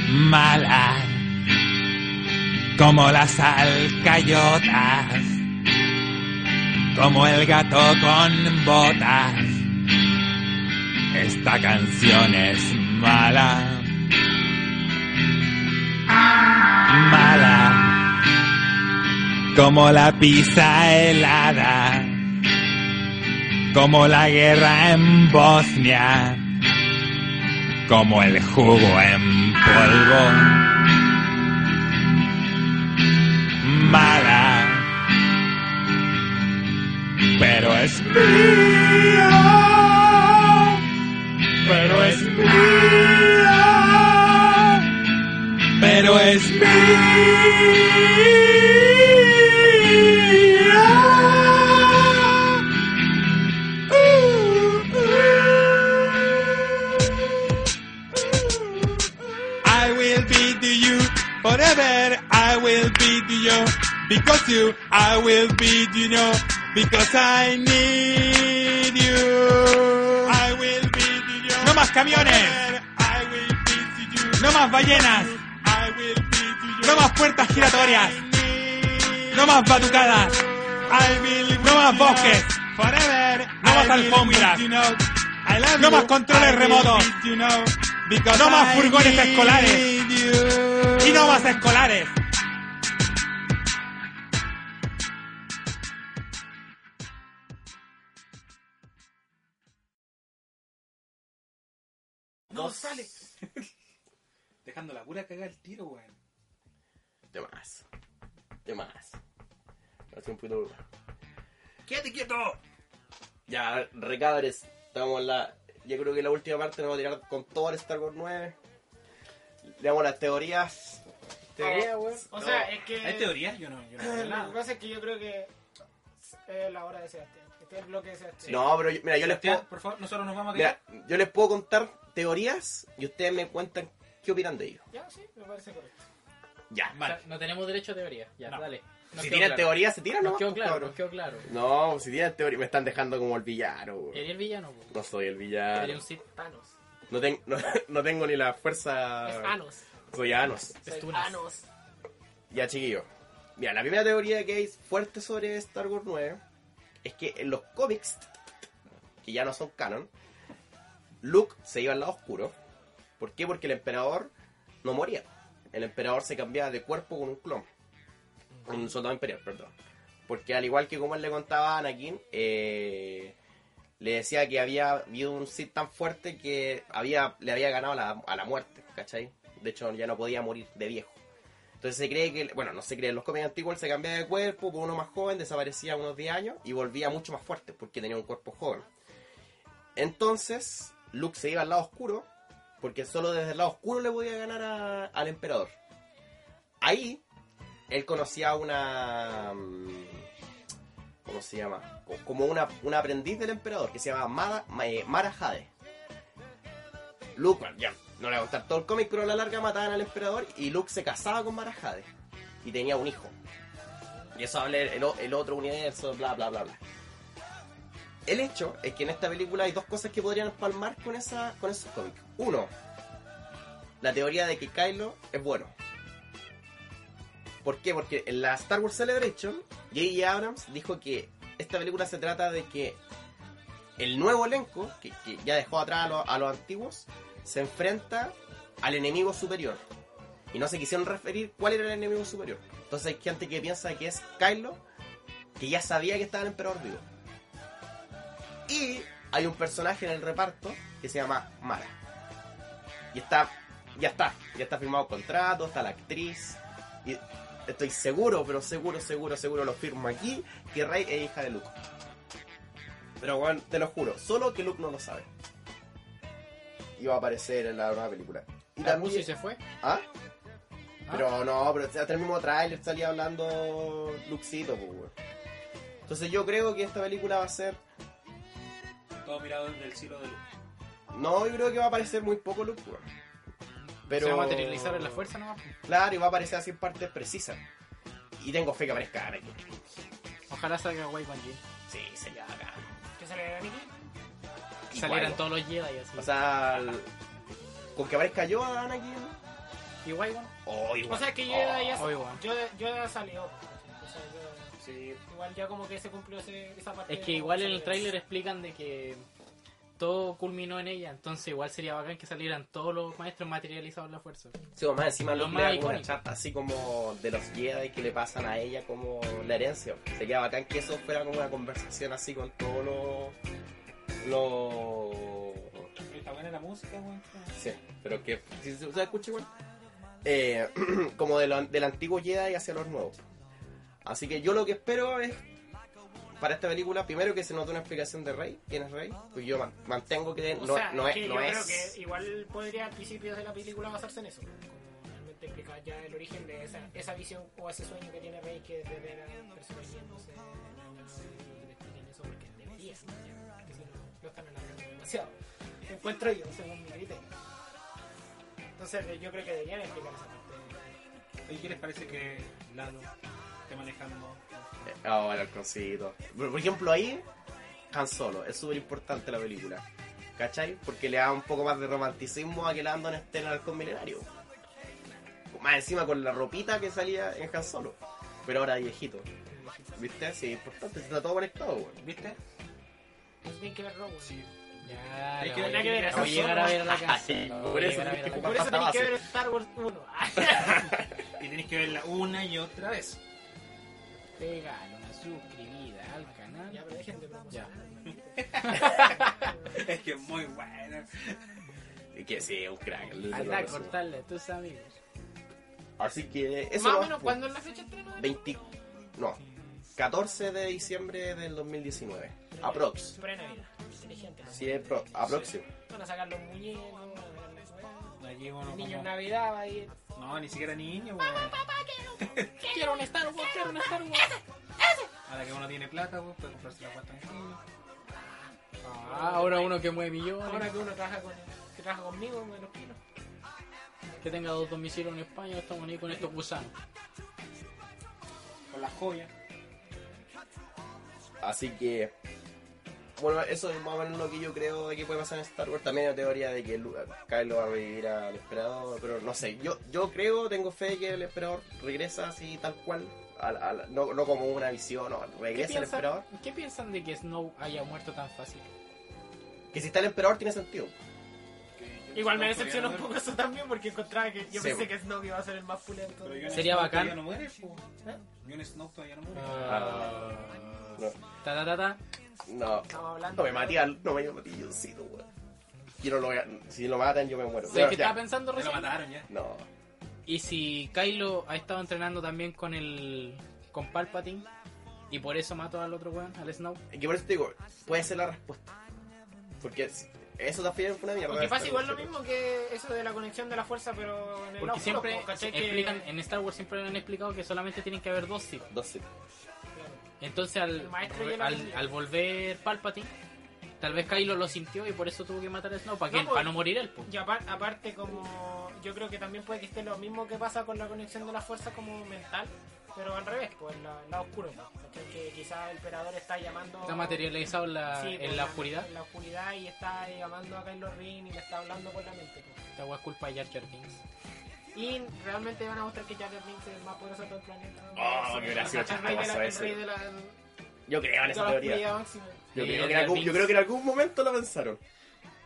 Speaker 9: Mala. Como las alcayotas. Como el gato con botas. Esta canción es mala. Mala. Como la pizza helada. Como la guerra en Bosnia. Como el jugo en polvo. Mala. Pero es mía pero es mía, pero es mía. Uh, I will be to you forever. I will be to you because you. I will be to you because I need you. I will be to you. No más camiones. I will be to you. No más ballenas. I will be to you. No más puertas giratorias. No más batucadas. I will no más bosques. Forever. No más alfombras. no más controles remotos. no más furgones escolares. Y no más escolares.
Speaker 4: ¡No sale! Dejando la pura cagada el tiro, weón.
Speaker 1: De más. De más. Hace un poquito.
Speaker 4: ¡Quédate quieto!
Speaker 1: Ya, recabres. Estamos en la. Yo creo que la última parte nos va a tirar con todo el Star Wars 9. Le damos las teorías.
Speaker 3: Teoría,
Speaker 2: Oh,
Speaker 3: weón. Oh, O sea,
Speaker 2: eh,
Speaker 3: es que.
Speaker 4: Hay teorías, yo no. Yo no sé
Speaker 3: Lo que
Speaker 4: nada.
Speaker 3: pasa es que yo creo que es la hora de Sebastián. Este es el bloque de Sebastián.
Speaker 1: No, pero yo- mira, yo les puedo.
Speaker 4: Sebastián, por favor, nosotros nos vamos a quedar.
Speaker 1: Mira, yo les puedo contar teorías y ustedes me cuentan qué opinan de ellos.
Speaker 3: Ya, sí, me parece correcto.
Speaker 1: Ya.
Speaker 2: O sea, no tenemos derecho a teoría. Ya,
Speaker 4: No.
Speaker 2: dale. Nos
Speaker 1: si
Speaker 2: quedó
Speaker 1: tienen
Speaker 2: claro.
Speaker 1: teorías, se tiran,
Speaker 2: Nos
Speaker 1: ¿no?
Speaker 2: quedó claro, nos quedó claro.
Speaker 1: No, si tienen teoría, me están dejando como el villano. weón.
Speaker 2: Sería el villano, po.
Speaker 1: No soy el
Speaker 2: Sería
Speaker 1: villano.
Speaker 2: un Sith Thanos.
Speaker 1: No, ten- no, no tengo ni la
Speaker 3: Es
Speaker 1: fuerza.
Speaker 3: Anos.
Speaker 1: Soy Anos.
Speaker 3: Soy
Speaker 2: Tunas.
Speaker 3: Anos.
Speaker 1: Ya, chiquillo. Mira, la primera teoría que hay fuerte sobre Star Wars 9 es que en los cómics, que ya no son canon, Luke se iba al lado oscuro. ¿Por qué? Porque el emperador no moría. El emperador se cambiaba de cuerpo con un clon. Con un soldado imperial, perdón. Porque al igual que como él le contaba a Anakin, eh, le decía que había habido un Sith tan fuerte que había, le había ganado a la, a la muerte, ¿cachai? De hecho, ya no podía morir de viejo. Entonces se cree que, bueno, no se cree, en los cómics antiguos él se cambiaba de cuerpo, por uno más joven, desaparecía unos 10 años y volvía mucho más fuerte porque tenía un cuerpo joven. Entonces, Luke se iba al lado oscuro porque solo desde el lado oscuro le podía ganar a- al emperador. Ahí, él conocía a una... mm, ¿Cómo se llama? Co- Como una, una aprendiz del emperador que se llamaba Mara, Ma- eh, Mara Jade. Luke, bueno, ya no le va a gustar todo el cómic, pero a la larga mataban al emperador y Luke se casaba con Mara Jade y tenía un hijo. Y eso habla el, o- el otro universo, bla, bla, bla, bla. El hecho es que en esta película hay dos cosas que podrían palmar con, esa, con esos cómics. Uno, la teoría de que Kylo es bueno. ¿Por qué? Porque en la Star Wars Celebration, J.J. Abrams dijo que esta película se trata de que el nuevo elenco, que, que ya dejó atrás a, los- a los antiguos, se enfrenta al enemigo superior. Y no se quisieron referir cuál era el enemigo superior. Entonces hay gente que piensa que es Kylo, que ya sabía que estaba el emperador vivo. Y hay un personaje en el reparto que se llama Mara. Y está, ya está, ya está firmado contrato, está la actriz. Y estoy seguro, pero seguro, seguro, seguro lo firmo aquí, que Rey es hija de Luke. Pero bueno, te lo juro, solo que Luke no lo sabe. Y va a aparecer en la nueva película. Y
Speaker 2: La
Speaker 1: también-
Speaker 2: Musi se fue.
Speaker 1: ¿Ah? Pero no, pero hasta el mismo trailer salía hablando Luxito, pues, weón. Entonces yo creo que esta película va a ser.
Speaker 4: Todo mirado desde el cielo de luz.
Speaker 1: No, yo creo que va a aparecer muy poco Lux, weón. Pero.
Speaker 2: Se va a materializar en la fuerza nomás. pues.
Speaker 1: Claro, y va a aparecer así en partes precisas. Y tengo fe que aparezca Anakin.
Speaker 2: Ojalá salga Guay Quan Yin.
Speaker 1: Sí, sería bacán.
Speaker 3: ¿Qué sale de Anakin?
Speaker 2: Que Salieran
Speaker 1: Igual.
Speaker 2: todos los Jedi así.
Speaker 1: O sea, el- con que aparezca yo a Anakin.
Speaker 2: y Guay Quan.
Speaker 1: Oh, igual.
Speaker 3: O sea, que Yoda ya,
Speaker 2: Oh, igual.
Speaker 3: Yoda, Yoda salió. pues, O sea, Yoda-
Speaker 4: Sí.
Speaker 3: igual ya como que se cumplió ese- esa parte.
Speaker 2: Es
Speaker 3: de
Speaker 2: que
Speaker 3: cómo
Speaker 2: igual en
Speaker 3: sale
Speaker 2: el tráiler explican de que todo culminó en ella, entonces igual sería bacán que salieran todos los maestros materializados en la fuerza.
Speaker 1: Sí, o más encima
Speaker 2: Lo
Speaker 1: Luke le
Speaker 2: más
Speaker 1: da como una
Speaker 2: icónico.
Speaker 1: chapa así como de los Jedi que le pasan a ella como la herencia. Sería bacán que eso fuera como una conversación así con todos los... los...
Speaker 4: Está buena la música, weón.
Speaker 1: Sí, pero que si se se escucha igual. Eh, como de lo- del antiguo Jedi hacia los nuevos. Así que yo lo que espero es para esta película, primero que se note una explicación de Rey, quién es Rey, pues yo man- mantengo que
Speaker 3: O
Speaker 1: no,
Speaker 3: sea,
Speaker 1: no
Speaker 3: que
Speaker 1: es, no
Speaker 3: yo
Speaker 1: es-
Speaker 3: creo que igual podría al principio de la película basarse en eso. Como realmente explicar ya el origen de esa, esa visión o ese sueño que tiene Rey que desde era personaje no sé, no expliquen eso porque es debería, ¿no? Porque si no, lo están alargando demasiado. Encuentro yo, según mi criterio. Entonces eh, yo creo que deberían explicar esa parte.
Speaker 4: ¿Y qué les parece que Lalo esté manejando?
Speaker 1: Ah, el halconcito. Por por ejemplo, ahí, Han Solo, es súper importante la película. ¿Cachai? Porque le da un poco más de romanticismo a que Landon esté en el halcón milenario. Más encima con la ropita que salía en Han Solo. Pero ahora viejito. ¿Viste? Sí, es importante. Está todo conectado, weón.
Speaker 4: ¿Viste?
Speaker 3: Entonces tienen que ver Rogue. Sí.
Speaker 2: Ya,
Speaker 4: Es
Speaker 2: la
Speaker 4: que
Speaker 2: voy,
Speaker 4: hay que ver
Speaker 2: la
Speaker 4: a
Speaker 2: voy
Speaker 4: Solo.
Speaker 2: a llegar a ver a la casa.
Speaker 1: Sí,
Speaker 2: La
Speaker 1: por
Speaker 2: voy a
Speaker 1: eso
Speaker 2: llegar a
Speaker 1: tenés
Speaker 2: ver a
Speaker 1: que
Speaker 2: la
Speaker 3: Por eso
Speaker 2: casa.
Speaker 3: tenéis que
Speaker 1: base.
Speaker 3: ver Star Wars 1.
Speaker 4: Y tenéis que verla una y otra vez.
Speaker 2: Pégale una suscribida al canal.
Speaker 3: ya, pero dejen de promocionar.
Speaker 4: Es que es muy buena.
Speaker 1: Y que sí, es un crack. el
Speaker 2: Anda a
Speaker 1: Lando Calrissian.
Speaker 2: cortarle a tus amigos.
Speaker 1: Así que eso va,
Speaker 3: Más o menos,
Speaker 1: pues,
Speaker 3: ¿cuándo es la fecha de estreno?
Speaker 1: 20... No, 14 de diciembre del 2019. Aprox.
Speaker 3: Pre-Navidad. Inteligente. ¿no?
Speaker 1: Sí, es pro- aproximo.
Speaker 3: Van a sacar los muñecos, van a sacar las weas.
Speaker 4: Allí, bueno,
Speaker 3: El niño en
Speaker 4: como-
Speaker 3: Navidad va a ir.
Speaker 4: No, ni siquiera niño, weón.
Speaker 2: Quiero un Star Wars, quiero un Star Wars.
Speaker 4: Ahora que uno tiene plata, pues, puede comprarse la cuarta tranquilo.
Speaker 2: Ah, ahora uno que mueve
Speaker 3: Ahora
Speaker 2: millones,
Speaker 3: que uno trabaja, con, que trabaja conmigo, en los pinos.
Speaker 2: que tenga dos domicilios en España, estamos unidos con estos gusanos.
Speaker 4: Con las joyas.
Speaker 1: Así que. Bueno, eso es más o menos lo que yo creo de que puede pasar en Star Wars. También hay una teoría de que Lu- Kylo va a revivir al Emperador, pero no sé. Yo, yo creo, tengo fe de que el Emperador regresa así tal cual. al- al- no, no como una visión, no,
Speaker 2: ¿Qué
Speaker 1: regresa el Emperador.
Speaker 2: piensan, ¿Qué piensan de que Snow haya muerto tan fácil?
Speaker 1: Que si está el Emperador tiene sentido.
Speaker 3: Igual me decepciona un poco eso también porque encontraba que
Speaker 1: Sí,
Speaker 3: yo pensé
Speaker 1: bueno.
Speaker 3: que Snow iba a ser el más pulento.
Speaker 4: Pero Jon
Speaker 2: Sería
Speaker 4: Snow
Speaker 2: bacán. Ah.
Speaker 4: Todavía no muere, po. Jon Snow todavía no muere.
Speaker 3: Ah,
Speaker 1: No,
Speaker 2: Ta ta ta ta.
Speaker 1: no,
Speaker 3: Estamos
Speaker 1: no
Speaker 3: hablando.
Speaker 1: me maté al- no me maté yo, sí, weón. Yo no lo voy a- si lo matan, yo me muero.
Speaker 2: ¿Sabes
Speaker 1: Pero
Speaker 2: qué
Speaker 1: ya,
Speaker 2: estaba pensando
Speaker 4: Ya lo
Speaker 2: recién?
Speaker 4: mataron ya.
Speaker 1: no,
Speaker 2: Y si Kylo ha estado entrenando también con el. con Palpatine y por eso mató al otro weón, al Snow.
Speaker 1: Es que por eso te digo, puede ser la respuesta. Porque es- eso también fue una mierda.
Speaker 3: Porque pasa
Speaker 1: Star
Speaker 3: igual lo
Speaker 1: Wars.
Speaker 3: mismo que eso de la conexión de la fuerza, pero en el lado
Speaker 2: Porque siempre
Speaker 3: oscuro, ¿cachai? Que-
Speaker 2: explican, en Star Wars siempre han explicado que solamente tienen que haber dos Sith.
Speaker 1: Dos sí.
Speaker 2: Entonces al,
Speaker 3: El maestro y el
Speaker 2: al,
Speaker 3: aprendiz.
Speaker 2: al volver Palpatine, tal vez Kylo lo sintió y por eso tuvo que matar a Snow, para, que
Speaker 3: No,
Speaker 2: él-
Speaker 3: pues-
Speaker 2: para no morir él. po.
Speaker 3: Y apar- aparte como yo creo que también puede que esté lo mismo que pasa con la conexión de la fuerza como mental, pero al revés, pues el la, lado oscuro, pues, ¿cachai? que quizás el emperador está llamando
Speaker 2: Está materializado en la,
Speaker 3: Sí, pues,
Speaker 2: en la oscuridad.
Speaker 3: En la oscuridad y está eh, llamando a Kylo Ren y le está hablando por la mente. pues.
Speaker 2: Esta weá es culpa de Jar Jar Binks.
Speaker 3: Y realmente van a mostrar que Jar Jar Binks es el más poderoso del planeta.
Speaker 1: Oh,
Speaker 3: Sí,
Speaker 1: qué gracioso,
Speaker 3: el rey de la-
Speaker 1: chistoso
Speaker 3: el
Speaker 1: ese.
Speaker 3: rey de la-
Speaker 1: Yo creo en
Speaker 3: de
Speaker 1: esa
Speaker 3: la
Speaker 1: teoría.
Speaker 3: oscuridad máxima.
Speaker 1: Yo
Speaker 2: Sí,
Speaker 1: creo, que en
Speaker 2: Jar
Speaker 1: algún,
Speaker 2: Binks.
Speaker 1: yo creo que en algún momento lo pensaron.
Speaker 2: Obvio,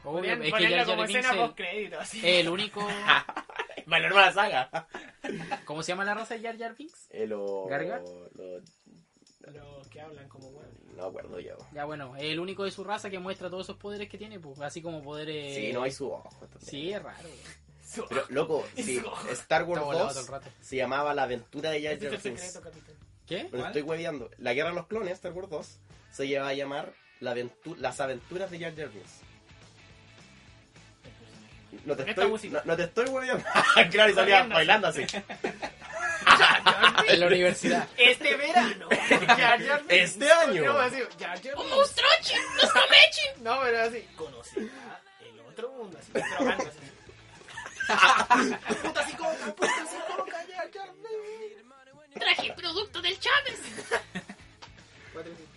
Speaker 3: Podrían
Speaker 2: es que
Speaker 3: ponerla
Speaker 2: Jar
Speaker 3: como
Speaker 2: Jar Binks
Speaker 3: escena
Speaker 2: es
Speaker 3: post
Speaker 2: el,
Speaker 3: crédito.
Speaker 2: es el único...
Speaker 1: Bueno, hermana saga.
Speaker 2: ¿Cómo se llama la raza de Jar Jar Binks?
Speaker 1: Eh, lo,
Speaker 2: ¿Gargar?
Speaker 1: lo-
Speaker 3: Los que hablan como huevos.
Speaker 1: no me acuerdo yo.
Speaker 2: Ya bueno, es el único de su raza que muestra todos esos poderes que tiene, pues, así como poderes...
Speaker 1: Sí, no hay su ojo. también.
Speaker 2: Sí, es raro. güey.
Speaker 1: Pero, loco, sí, Star
Speaker 2: Está volado
Speaker 1: Wars
Speaker 2: todo el
Speaker 1: 2
Speaker 2: rato.
Speaker 1: se llamaba La aventura de Jar
Speaker 3: Ese este es
Speaker 1: Jar
Speaker 3: el
Speaker 1: Binks.
Speaker 3: secreto, capitán.
Speaker 2: ¿Qué?
Speaker 1: Pero estoy hueveando. La Guerra de los Clones, Star Wars 2, se lleva a llamar La Aventu- Las Aventuras de Jar Jar Binks. No te
Speaker 3: Esta
Speaker 1: estoy,
Speaker 3: música.
Speaker 1: no, no te estoy hueviando. claro, y salía
Speaker 3: Corriendo.
Speaker 1: bailando así.
Speaker 2: En la universidad.
Speaker 3: Este verano, Jar Jar Binks.
Speaker 1: Este año.
Speaker 3: No, así, Jar Jar Binks. No, pero así, conocerá el otro mundo. Así, drogando, así. puta psicóloga, puta psicóloga, Jar Jar Binks.
Speaker 5: Traje producto del Chávez.
Speaker 3: Cuatro cinco.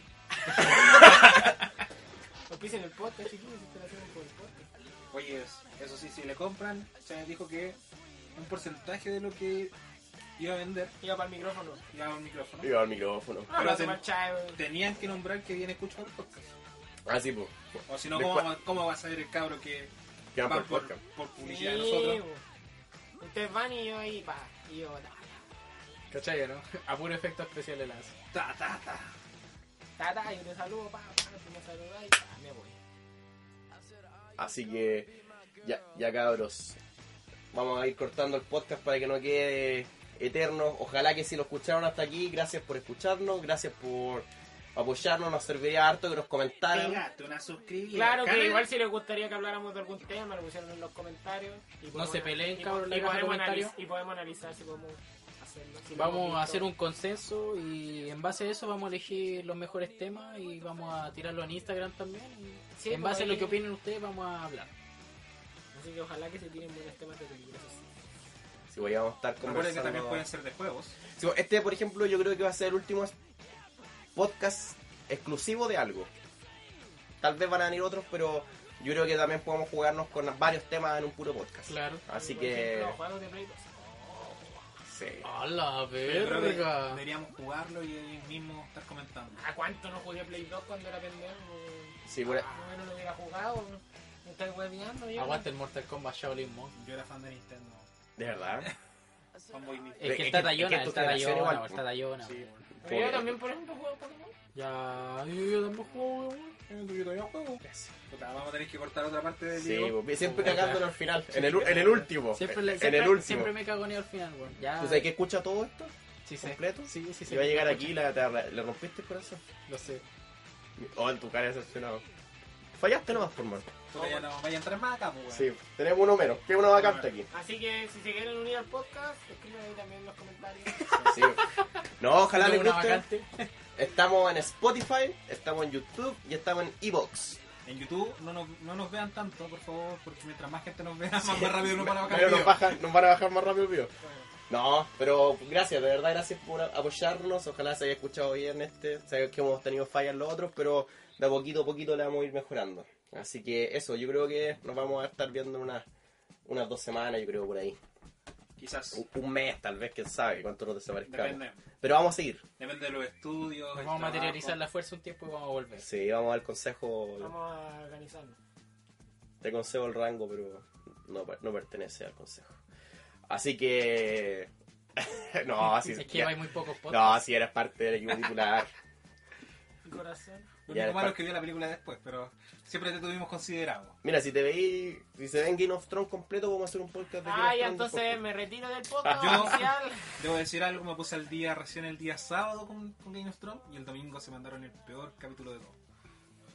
Speaker 3: Auspicien el podcast, chiquillos, si te la hacen por el podcast.
Speaker 4: Oye, es- eso sí, si le compran, se dijo que un porcentaje de lo que iba a vender
Speaker 3: Iba para el micrófono.
Speaker 4: iba a un micrófono.
Speaker 1: Iba al micrófono.
Speaker 3: Ah,
Speaker 4: Ah, Pero
Speaker 3: para
Speaker 4: te-
Speaker 3: tomar chai, wey.
Speaker 4: Tenían que nombrar que viene a escuchar el podcast.
Speaker 1: Así, pues.
Speaker 4: O si no,
Speaker 1: Después-
Speaker 4: ¿cómo, va- ¿cómo va a saber el cabro que
Speaker 1: Que van
Speaker 4: va
Speaker 1: por el
Speaker 4: por,
Speaker 1: podcast.
Speaker 4: por publicidad de
Speaker 3: Sí,
Speaker 4: nosotros?
Speaker 3: bo. Ustedes van y yo ahí, pa. Y yo, ta,
Speaker 2: ¿Cachai o no? A puro efecto especial de las.
Speaker 4: Ta, ta, ta.
Speaker 3: ta, ta, yo te saludo, pa, pa, tú me saludas y pa, me voy.
Speaker 1: Así que, ya, ya cabros. Vamos a ir cortando el podcast para que no quede eterno. Ojalá que si lo escucharon hasta aquí, gracias por escucharnos, gracias por apoyarnos. Nos serviría harto que nos comentaran.
Speaker 4: Pégate una suscribida.
Speaker 3: Claro
Speaker 4: canal.
Speaker 3: que igual si les gustaría que habláramos de algún tema, lo pusieron en los comentarios. Y podemos-
Speaker 2: se peleen,
Speaker 3: y-
Speaker 2: cabrón,
Speaker 3: y,
Speaker 2: en los
Speaker 3: podemos
Speaker 2: comentarios.
Speaker 3: analiz- y podemos analizar si podemos hacerlo. si lo
Speaker 2: Vamos
Speaker 3: hemos
Speaker 2: a hacer
Speaker 3: visto.
Speaker 2: un consenso y en base a eso vamos a elegir los mejores temas y vamos a tirarlo en Instagram también. y
Speaker 3: Sí,
Speaker 2: en base a
Speaker 3: pues,
Speaker 2: lo
Speaker 3: ahí-
Speaker 2: que opinen ustedes vamos a hablar.
Speaker 3: Así que ojalá que se tiren buenos temas de películas.
Speaker 1: Si voy a estar
Speaker 4: Recuerden que también
Speaker 1: conversando.
Speaker 4: pueden ser de juegos.
Speaker 1: Sí, Este, por ejemplo, yo creo que va a ser el último podcast exclusivo de algo. Tal vez van a venir otros, pero yo creo que también podemos jugarnos con varios temas en un puro podcast.
Speaker 2: Claro.
Speaker 1: Así
Speaker 3: Por
Speaker 1: que,
Speaker 3: ejemplo, juegos de Play dos.
Speaker 1: sí.
Speaker 2: A la
Speaker 4: Yo creo que
Speaker 2: verga.
Speaker 4: deberíamos jugarlo y ahí mismo estar comentando.
Speaker 3: ¿A cuánto no jugué Play 2 cuando era pendejo? No,
Speaker 1: Sí, bueno,
Speaker 3: no lo hubiera jugado. Me estoy hueveando yo.
Speaker 2: Aguanta el Mortal Kombat Shaolin Monk.
Speaker 4: Yo era fan de Nintendo.
Speaker 1: de verdad.
Speaker 4: Fanboy Nintendo.
Speaker 1: Es
Speaker 2: Es que
Speaker 1: que-
Speaker 2: está
Speaker 1: es que
Speaker 2: Tayona,
Speaker 1: tu
Speaker 2: está
Speaker 1: generación
Speaker 2: Tayona,
Speaker 1: igual,
Speaker 2: weón, está Tayona.
Speaker 4: Sí.
Speaker 2: weón.
Speaker 3: Pero yo también, por ejemplo, juego Pokémon.
Speaker 2: Ya, yo, yo también juego, weón.
Speaker 4: Yo todavía juego. Puta, vamos a tener que cortar otra parte del
Speaker 1: Sí,
Speaker 4: video.
Speaker 1: pues, siempre
Speaker 2: Puta.
Speaker 1: cagándolo al final. En el, en el último.
Speaker 2: Siempre, le-
Speaker 1: en
Speaker 2: siempre-
Speaker 1: el último.
Speaker 2: siempre me cagoneo al final, weón. Ya.
Speaker 1: ¿Tú sabes que escucha todo esto?
Speaker 2: sí, sé.
Speaker 1: ¿Completo?
Speaker 2: Sí, sí,
Speaker 1: Si
Speaker 2: sí.
Speaker 1: va a llegar aquí, la- te- le rompiste el corazón.
Speaker 2: Lo sé.
Speaker 1: Oh, en tu cara decepcionado. Fallaste nomás, por mal.
Speaker 4: Puta, ya no vaya a entrar más acá, pues, weón.
Speaker 1: Sí, tenemos uno menos. Que uno vacante aquí.
Speaker 3: Así que si se quieren unir al podcast, escriban ahí también en los comentarios.
Speaker 1: Sí. No, ojalá les
Speaker 2: Tengo una
Speaker 1: guste.
Speaker 2: vacante.
Speaker 1: Estamos en Spotify, estamos en YouTube y estamos en Evox.
Speaker 4: En YouTube no nos, no nos vean tanto, por favor, porque mientras más gente nos vea, más, más rápido nos van a bajar
Speaker 1: Pero
Speaker 4: el
Speaker 1: nos,
Speaker 4: video.
Speaker 1: bajan- nos van a bajar más rápido el video. No, pero gracias, de verdad, gracias por apoyarnos. Ojalá se haya escuchado bien este. Sabemos que hemos tenido fallas en los otros, pero de a poquito a poquito le vamos a ir mejorando. Así que eso, yo creo que nos vamos a estar viendo en unas, unas dos semanas, yo creo, por ahí.
Speaker 4: Quizás.
Speaker 1: Un, un mes, tal vez, quién sabe cuánto nos desaparezcamos.
Speaker 4: Depende.
Speaker 1: Pero vamos a seguir.
Speaker 4: Depende de los estudios. el
Speaker 2: Nos vamos a materializar
Speaker 4: trabajo.
Speaker 2: la fuerza un tiempo y vamos a volver.
Speaker 1: Sí, vamos al consejo.
Speaker 3: Vamos a organizarnos.
Speaker 1: Te concedo el rango, pero no, per- no pertenece al consejo. Así que. no, así
Speaker 2: Es que hay muy pocos
Speaker 1: No,
Speaker 2: podcasts.
Speaker 1: si eras parte del equipo titular.
Speaker 3: Mi corazón.
Speaker 4: Lo
Speaker 1: Ya,
Speaker 4: único malo
Speaker 1: pa-
Speaker 4: es que vio la película después, pero siempre te tuvimos considerado.
Speaker 1: Mira, si te veí, si se ven Game of Thrones completo, vamos a hacer un Ah, podcast de Game of
Speaker 3: Ah, ya
Speaker 1: Thrones
Speaker 3: entonces
Speaker 1: completo.
Speaker 3: me retiro del podcast
Speaker 4: Yo-
Speaker 3: oficial.
Speaker 4: Debo decir algo, me puse al día recién el día sábado con, con Game of Thrones y el domingo se mandaron el peor capítulo de todo.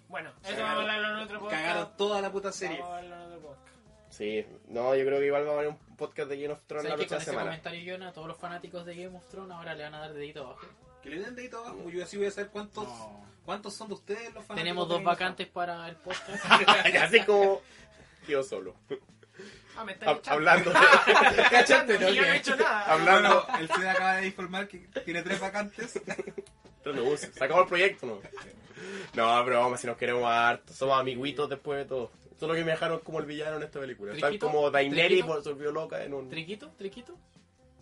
Speaker 3: Bueno, eh, eso vamos a hablarlo en otro podcast.
Speaker 4: Cagaron toda la puta serie.
Speaker 3: Vamos a hablarlo en otro podcast.
Speaker 1: Sí, no, yo creo que igual vamos a hacer un podcast de Game of Thrones la
Speaker 2: ¿Sabes que con
Speaker 1: próxima
Speaker 2: ese
Speaker 1: semana.
Speaker 2: comentario, Yona, todos los fanáticos de Game of Thrones ahora le van a dar dedito abajo?
Speaker 4: Que le den dedito abajo, yo así voy a saber cuántos,
Speaker 2: No.
Speaker 4: cuántos son de ustedes
Speaker 1: Ah,
Speaker 4: los fanáticos.
Speaker 2: Tenemos
Speaker 4: de
Speaker 2: dos
Speaker 4: Game of Thrones.
Speaker 2: vacantes para el podcast.
Speaker 1: Ya así como yo solo.
Speaker 3: Ah, me están
Speaker 1: Hab-
Speaker 3: echando.
Speaker 1: hablando. ¿Cachaste? no?
Speaker 3: Y yo no he hecho nada.
Speaker 1: Hablando.
Speaker 4: Bueno, el CD acaba de informar que tiene tres vacantes.
Speaker 1: Pero no uses. Se acabó el proyecto, ¿no? No, pero vamos, si nos queremos harto. Somos amiguitos después de todo. Solo que me dejaron como el villano en esta película. Están
Speaker 2: ¿Triquito?
Speaker 1: como Daineri
Speaker 2: ¿Triquito?
Speaker 1: por se volvió loca en un.
Speaker 2: ¿Triquito? ¿Triquito?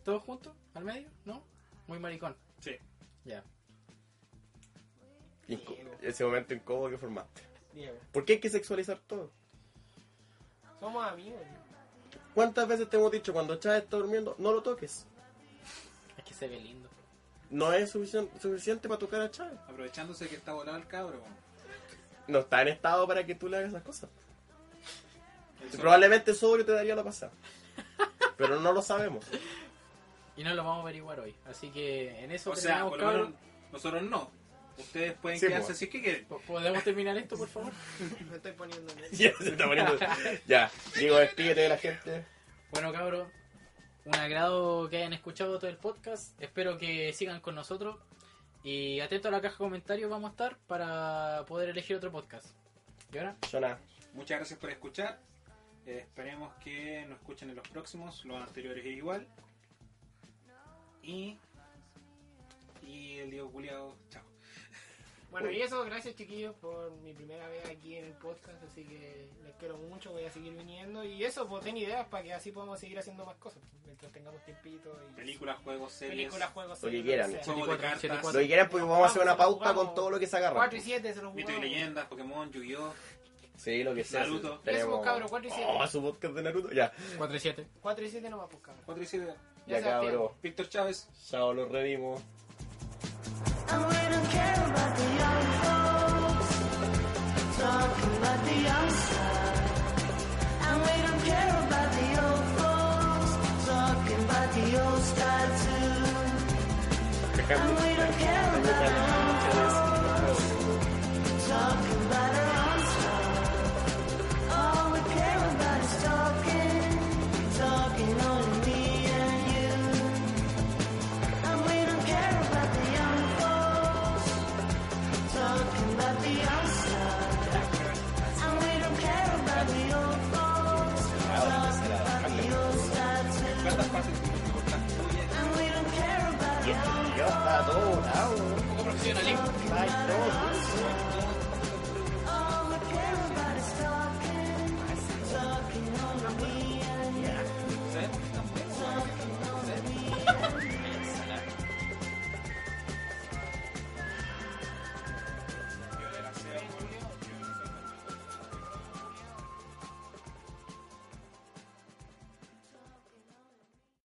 Speaker 2: ¿Todos juntos? ¿Al medio? ¿No? Muy maricón.
Speaker 4: Sí.
Speaker 2: Ya.
Speaker 1: inco- Ese momento incómodo que formaste.
Speaker 3: Diego,
Speaker 1: ¿Por qué hay que sexualizar todo?
Speaker 3: somos amigos. ¿no?
Speaker 1: ¿Cuántas veces te hemos dicho cuando Chávez está durmiendo, no lo toques?
Speaker 2: Es que se ve lindo.
Speaker 1: No es suficien- suficiente para tocar a Chávez.
Speaker 4: Aprovechándose que está volado el cabro.
Speaker 1: No está en estado para que tú le hagas esas cosas.
Speaker 4: El sol-
Speaker 1: Probablemente sobrio te daría la pasada. Pero no lo sabemos.
Speaker 2: Y no lo vamos a averiguar hoy. Así que en eso
Speaker 4: O sea,
Speaker 2: terminamos,
Speaker 4: por lo menos
Speaker 2: cabros.
Speaker 4: nosotros no. Ustedes pueden
Speaker 10: Sí,
Speaker 4: quedarse
Speaker 10: pues.
Speaker 4: si es que quieren.
Speaker 2: ¿Podemos terminar esto, por favor?
Speaker 3: Me estoy poniendo en
Speaker 1: Ya, se está poniendo. Ya, digo, despídete de la gente.
Speaker 2: Bueno, cabros, un agrado que hayan escuchado todo el podcast. Espero que sigan con nosotros. Y atento a la caja de comentarios vamos a estar para poder elegir otro podcast. ¿Y ahora?
Speaker 1: Suena.
Speaker 4: Muchas gracias por escuchar. Eh, esperemos que nos escuchen en los próximos, los anteriores es igual. Y. Y el Diego Culiado, chao.
Speaker 3: Bueno, y eso, gracias chiquillos por mi primera vez aquí en el podcast, así que les quiero mucho, voy a seguir viniendo. Y eso, pues den ideas para que así podamos seguir haciendo más cosas, pues, mientras tengamos tiempito y
Speaker 4: Películas, juegos, series.
Speaker 3: películas, juegos,
Speaker 1: Lo que
Speaker 3: series,
Speaker 1: quieran.
Speaker 3: sea.
Speaker 4: Juego de cartas,
Speaker 2: 74.
Speaker 1: Lo que quieran, porque vamos a hacer una pauta con todo lo que se agarra.
Speaker 3: 4 y 7 se los
Speaker 4: pues. Mito y
Speaker 3: jugamos.
Speaker 4: leyendas, Pokémon, Yu-Gi-Oh!
Speaker 1: Sí, lo que sea.
Speaker 4: Naruto.
Speaker 1: sí,
Speaker 3: Ya somos
Speaker 1: Tenemos.
Speaker 3: cabros, 4 y 7.
Speaker 1: Oh, su podcast de Naruto. Ya,
Speaker 2: 4 y 7.
Speaker 3: 4 y 7 no más, pues cabros.
Speaker 4: 4 y 7.
Speaker 1: ya
Speaker 3: Ya sabes,
Speaker 1: cabros.
Speaker 4: Víctor Chávez.
Speaker 1: Chao, los revimos.
Speaker 8: And we don't care about the young folks talking about the young side. And we don't care about the old folks talking about the old style too. And we don't care about the young folks talking about our own style. All we care about is talking, talking only me and you. And we don't care about the young folks talking about the young stuff. And we don't care about the old folks talking about the old stuff too.
Speaker 4: ¿Cuántas partes tienes que cortar? Oye,
Speaker 8: And we don't care about
Speaker 1: Y
Speaker 8: the
Speaker 1: este tío está todo bravo.
Speaker 2: Poco profesionalismo.
Speaker 1: Ay, todo.
Speaker 4: todo-